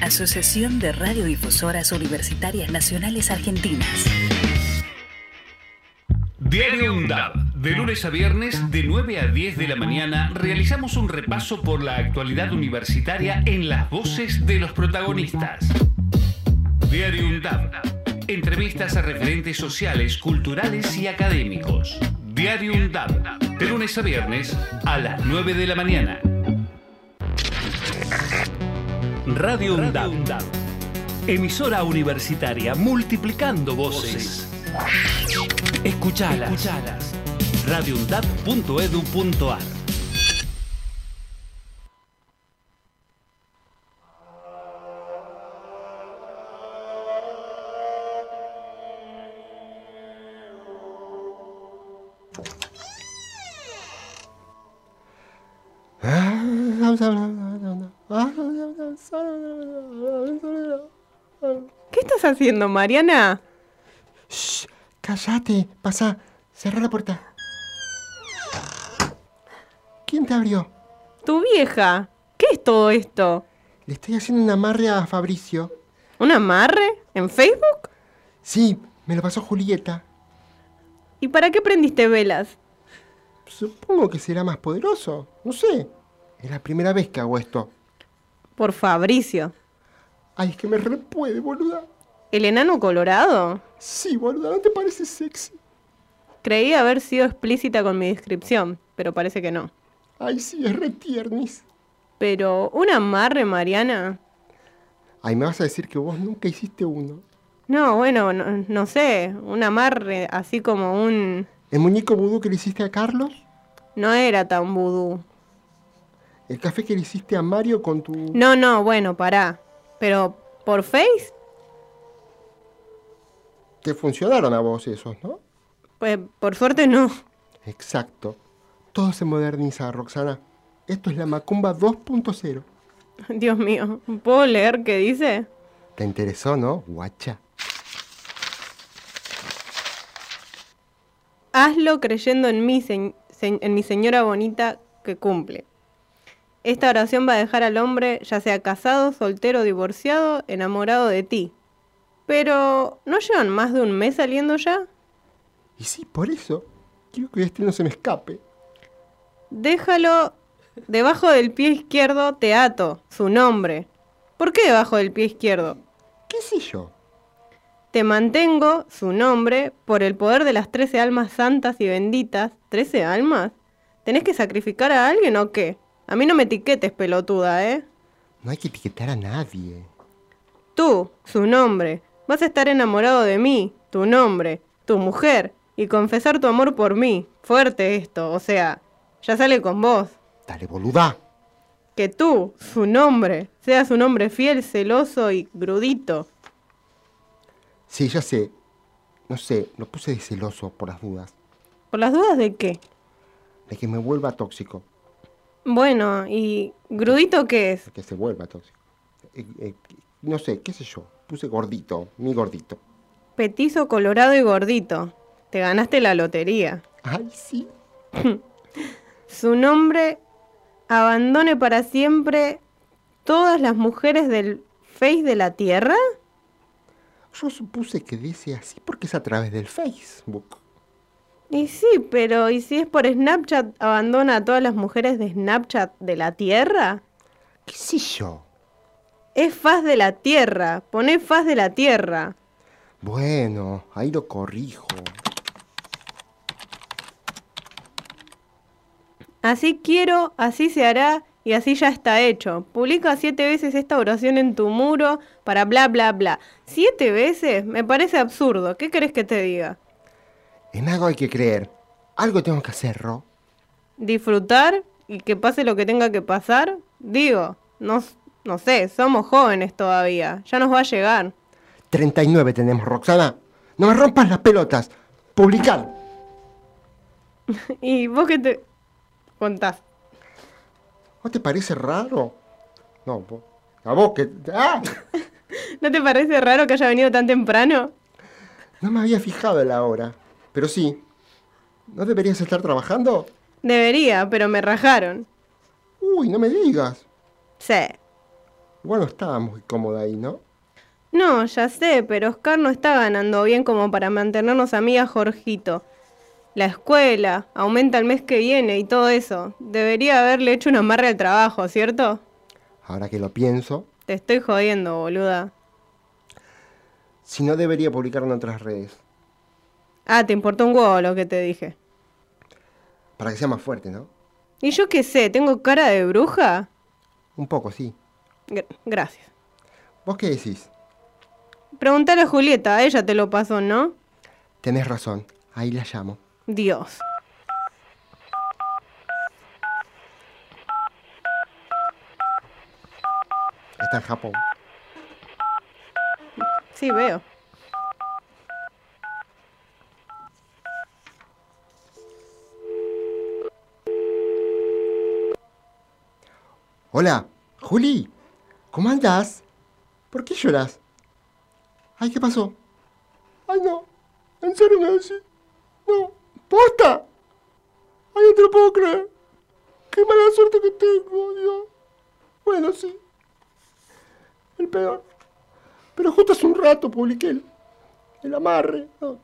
[SPEAKER 13] Asociación de Radiodifusoras Universitarias Nacionales Argentinas.
[SPEAKER 2] Diario UNDAB. De lunes a viernes, de 9 a 10 de la mañana, realizamos un repaso por la actualidad universitaria en las voces de los protagonistas. Diario UNDAB. Entrevistas a referentes sociales, culturales y académicos. Diario UNDAB. De lunes a viernes, a las 9 de la mañana. Radio UNDAB. Emisora universitaria multiplicando voces. Escuchalas. radioundab.edu.ar
[SPEAKER 5] Ah,
[SPEAKER 7] ¿Qué estás haciendo, Mariana?
[SPEAKER 5] Cállate, pasa, cerra la puerta. ¿Quién te abrió?
[SPEAKER 7] Tu vieja. ¿Qué es todo esto?
[SPEAKER 5] Le estoy haciendo un amarre a Fabricio.
[SPEAKER 7] ¿Un amarre? ¿En Facebook?
[SPEAKER 5] Sí, me lo pasó Julieta.
[SPEAKER 7] ¿Y para qué prendiste velas?
[SPEAKER 5] Supongo que será más poderoso, no sé. Es la primera vez que hago esto.
[SPEAKER 7] Por Fabricio.
[SPEAKER 5] Ay, es que me repuede, boluda.
[SPEAKER 7] ¿El enano colorado?
[SPEAKER 5] Sí, boluda, ¿no te parece sexy?
[SPEAKER 7] Creí haber sido explícita con mi descripción, pero parece que no.
[SPEAKER 5] Ay, sí, es re tiernis.
[SPEAKER 7] Pero, ¿un amarre, Mariana?
[SPEAKER 5] Ay, me vas a decir que vos nunca hiciste uno.
[SPEAKER 7] No, bueno, no, no sé. Un amarre así como un...
[SPEAKER 5] ¿El muñeco vudú que le hiciste a Carlos?
[SPEAKER 7] No era tan vudú.
[SPEAKER 5] ¿El café que le hiciste a Mario con tu...
[SPEAKER 7] No, no, bueno, pará. Pero, ¿por Face?
[SPEAKER 5] Te funcionaron a vos esos, ¿no?
[SPEAKER 7] Pues, por suerte no.
[SPEAKER 5] Exacto. Todo se moderniza, Roxana. Esto es la Macumba 2.0.
[SPEAKER 7] Dios mío, ¿puedo leer qué dice?
[SPEAKER 5] ¿Te interesó, no, guacha?
[SPEAKER 7] Hazlo creyendo en mí, señ- señ- en mi señora bonita que cumple. Esta oración va a dejar al hombre, ya sea casado, soltero, divorciado, enamorado de ti. Pero, ¿no llevan más de un mes saliendo ya?
[SPEAKER 5] Y sí, por eso. Quiero que este no se me escape.
[SPEAKER 7] Déjalo debajo del pie izquierdo, te ato, su nombre. ¿Por qué debajo del pie izquierdo?
[SPEAKER 5] ¿Qué sé yo?
[SPEAKER 7] Te mantengo, su nombre, por el poder de las trece almas santas y benditas. ¿Trece almas? ¿Tenés que sacrificar a alguien o qué? A mí no me etiquetes, pelotuda, ¿eh?
[SPEAKER 5] No hay que etiquetar a nadie.
[SPEAKER 7] Tú, su nombre, Vas a estar enamorado de mí, tu nombre, tu mujer, y confesar tu amor por mí. Fuerte esto, o sea, ya sale con vos.
[SPEAKER 5] Dale, boluda.
[SPEAKER 7] Que tú, su nombre, seas un hombre fiel, celoso y grudito.
[SPEAKER 5] Sí, ya sé. No sé, lo puse de celoso por las dudas.
[SPEAKER 7] ¿Por las dudas de qué?
[SPEAKER 5] De que me vuelva tóxico.
[SPEAKER 7] Bueno, ¿y grudito qué es?
[SPEAKER 5] de Que se vuelva tóxico. Eh, eh, no sé, qué sé yo. Puse gordito, mi gordito.
[SPEAKER 7] Petizo, colorado y gordito. Te ganaste la lotería.
[SPEAKER 5] Ay, sí.
[SPEAKER 7] Su nombre abandone para siempre todas las mujeres del face de la tierra.
[SPEAKER 5] Yo supuse que dice así porque es a través del Facebook.
[SPEAKER 7] Y sí, pero ¿y si es por Snapchat abandona a todas las mujeres de Snapchat de la tierra?
[SPEAKER 5] ¿Qué sé yo?
[SPEAKER 7] Es faz de la tierra. Poné faz de la tierra.
[SPEAKER 5] Bueno, ahí lo corrijo.
[SPEAKER 7] Así quiero, así se hará y así ya está hecho. Publica siete veces esta oración en tu muro para bla bla bla. ¿Siete veces? Me parece absurdo. ¿Qué querés que te diga?
[SPEAKER 5] En algo hay que creer. Algo tengo que hacer, Ro.
[SPEAKER 7] ¿Disfrutar y que pase lo que tenga que pasar? Digo, no, s- no sé, somos jóvenes todavía. Ya nos va a llegar.
[SPEAKER 5] 39 tenemos, Roxana. No me rompas las pelotas. Publicar.
[SPEAKER 7] ¿Y vos qué te contás?
[SPEAKER 5] ¿No te parece raro? No, vos- a vos que... ¡Ah!
[SPEAKER 7] ¿No te parece raro que haya venido tan temprano?
[SPEAKER 5] No me había fijado en la hora. Pero sí. ¿No deberías estar trabajando?
[SPEAKER 7] Debería, pero me rajaron.
[SPEAKER 5] Uy, no me digas.
[SPEAKER 7] Sí.
[SPEAKER 5] Igual no estaba muy cómoda ahí, ¿no?
[SPEAKER 7] No, ya sé, pero Oscar no está ganando bien como para mantenernos a mí y a Jorgito. La escuela aumenta el mes que viene y todo eso. Debería haberle hecho un amarre al trabajo, ¿cierto?
[SPEAKER 5] Ahora que lo pienso,
[SPEAKER 7] Te estoy jodiendo, boluda.
[SPEAKER 5] si no debería publicar en otras redes.
[SPEAKER 7] Ah, te importó un huevo lo que te dije.
[SPEAKER 5] Para que sea más fuerte, ¿no?
[SPEAKER 7] ¿Y yo qué sé? ¿Tengo cara de bruja?
[SPEAKER 5] Un poco, sí.
[SPEAKER 7] Gra- gracias.
[SPEAKER 5] ¿Vos qué decís?
[SPEAKER 7] Preguntale a Julieta, ella te lo pasó, ¿no?
[SPEAKER 5] Tenés razón. Ahí la llamo.
[SPEAKER 7] Dios.
[SPEAKER 5] Está en Japón.
[SPEAKER 7] Sí, veo.
[SPEAKER 5] Hola, Juli. ¿Cómo andás? ¿Por qué lloras? Ay, ¿qué pasó? Ay, no. ¿En serio me decís? No. ¡Posta! Ay, no te lo puedo creer. Qué mala suerte que tengo, Dios. Bueno, sí. El peor. Pero justo hace un rato publiqué el, el amarre. No.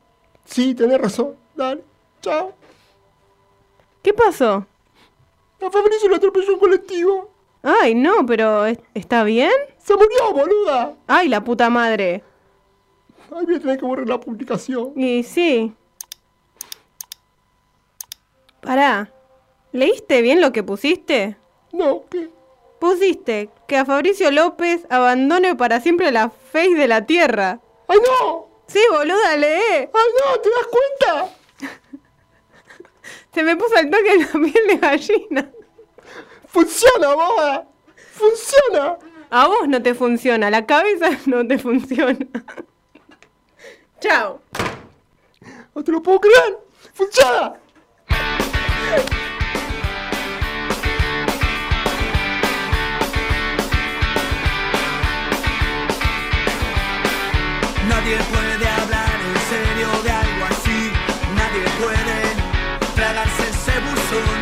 [SPEAKER 5] Sí, tenés razón. Dale. Chao.
[SPEAKER 7] ¿Qué pasó?
[SPEAKER 5] A Fabricio lo atropelló un colectivo.
[SPEAKER 7] Ay, no, pero ¿es- ¿está bien?
[SPEAKER 5] ¡Se murió, boluda!
[SPEAKER 7] Ay, la puta madre.
[SPEAKER 5] Ay, voy a tener que borrar la publicación.
[SPEAKER 7] Y sí. Pará. ¿Leíste bien lo que pusiste?
[SPEAKER 5] No, ¿qué?
[SPEAKER 7] Pusiste que a Fabricio López abandone para siempre la faz de la tierra.
[SPEAKER 5] ¡Ay, no!
[SPEAKER 7] Sí, boluda, lee.
[SPEAKER 5] ¡Ay, no! ¿Te das cuenta?
[SPEAKER 7] Se me puso el toque en la piel de gallina.
[SPEAKER 5] ¡Funciona, boba! ¡Funciona!
[SPEAKER 7] A vos no te funciona, la cabeza no te funciona. Chao.
[SPEAKER 5] ¡No te lo puedo creer!
[SPEAKER 7] Ah,
[SPEAKER 5] ¡Funciona!
[SPEAKER 8] Nadie puede hablar en serio de algo así. Nadie puede tragarse ese buzón.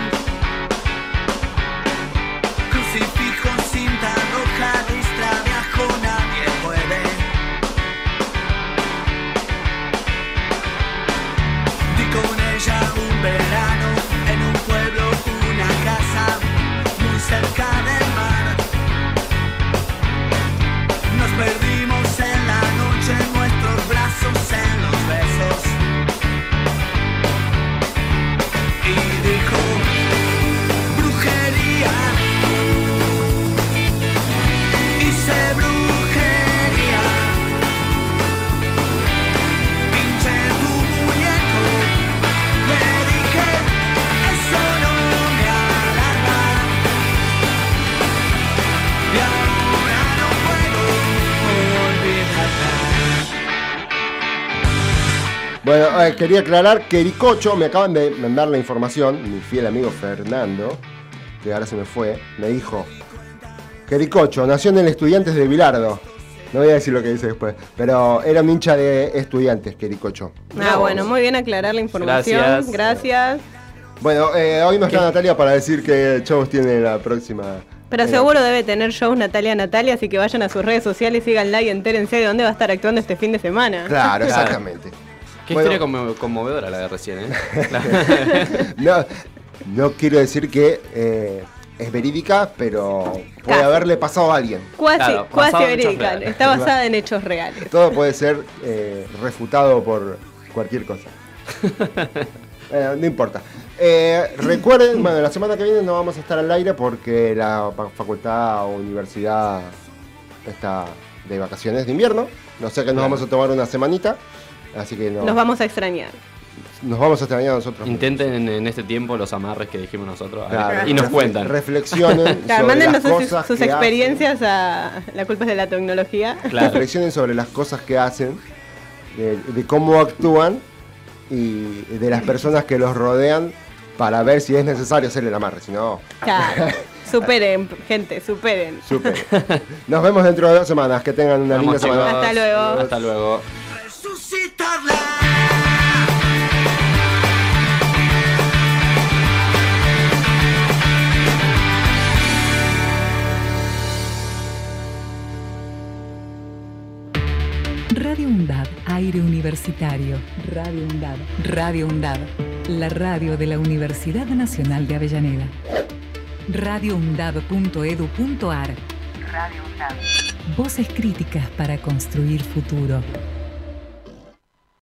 [SPEAKER 8] Crucifijo, cinta roja, listra de ajo. Nadie puede. Di con ella un verano en un pueblo.
[SPEAKER 5] Bueno, eh, quería aclarar que Ericocho, me acaban de mandar la información, mi fiel amigo Fernando, que ahora se me fue, me dijo que Ericocho nació en el Estudiantes de Bilardo. No voy a decir lo que dice después, pero era un hincha de estudiantes, que Ericocho.
[SPEAKER 7] Ah, bueno, muy bien aclarar la información.
[SPEAKER 5] Gracias.
[SPEAKER 7] Gracias.
[SPEAKER 5] Bueno, eh, hoy no está Natalia para decir que shows tiene la próxima. eh,
[SPEAKER 7] Pero seguro debe tener shows Natalia Natalia, así que vayan a sus redes sociales, síganla y entérense de dónde va a estar actuando este fin de semana.
[SPEAKER 5] Claro, exactamente.
[SPEAKER 6] Qué historia conmo- conmovedora la de recién, ¿eh?
[SPEAKER 5] No, no quiero decir que eh, es verídica, pero puede
[SPEAKER 7] Casi.
[SPEAKER 5] haberle pasado a alguien.
[SPEAKER 7] Cuasi, cuasi verídica. Está basada en hechos reales.
[SPEAKER 5] Todo puede ser eh, refutado por cualquier cosa. Eh, no importa. Eh, recuerden, bueno, la semana que viene no vamos a estar al aire porque la pa- facultad o universidad está de vacaciones de invierno. No sé que nos vamos a tomar una semanita. Así que no-
[SPEAKER 7] Nos vamos a extrañar.
[SPEAKER 5] nos vamos a extrañar nosotros.
[SPEAKER 6] Intenten en este tiempo los amarres que dijimos nosotros
[SPEAKER 5] Claro.
[SPEAKER 6] y nos
[SPEAKER 5] Refle-
[SPEAKER 6] cuentan.
[SPEAKER 5] reflexionen.
[SPEAKER 7] Claro,
[SPEAKER 5] sobre
[SPEAKER 7] mándenos
[SPEAKER 5] las
[SPEAKER 7] sus,
[SPEAKER 5] cosas
[SPEAKER 7] sus
[SPEAKER 5] que hacen.
[SPEAKER 7] experiencias a La culpa es de la tecnología.
[SPEAKER 5] reflexionen sobre las cosas que hacen, de, de cómo actúan y de las personas que los rodean para ver si es necesario hacerle el amarre. Si no,
[SPEAKER 7] Claro. Superen, gente, superen.
[SPEAKER 5] súper. Nos vemos dentro de dos semanas. Que tengan una linda
[SPEAKER 6] Vamos,
[SPEAKER 5] semana.
[SPEAKER 6] chicos.
[SPEAKER 7] Hasta luego.
[SPEAKER 6] Hasta luego.
[SPEAKER 1] Radio UNDAB, aire universitario. Radio UNDAB. Radio UNDAB, la radio de la Universidad Nacional de Avellaneda. radioundab.edu.ar. Radio UNDAB. Voces críticas para construir futuro.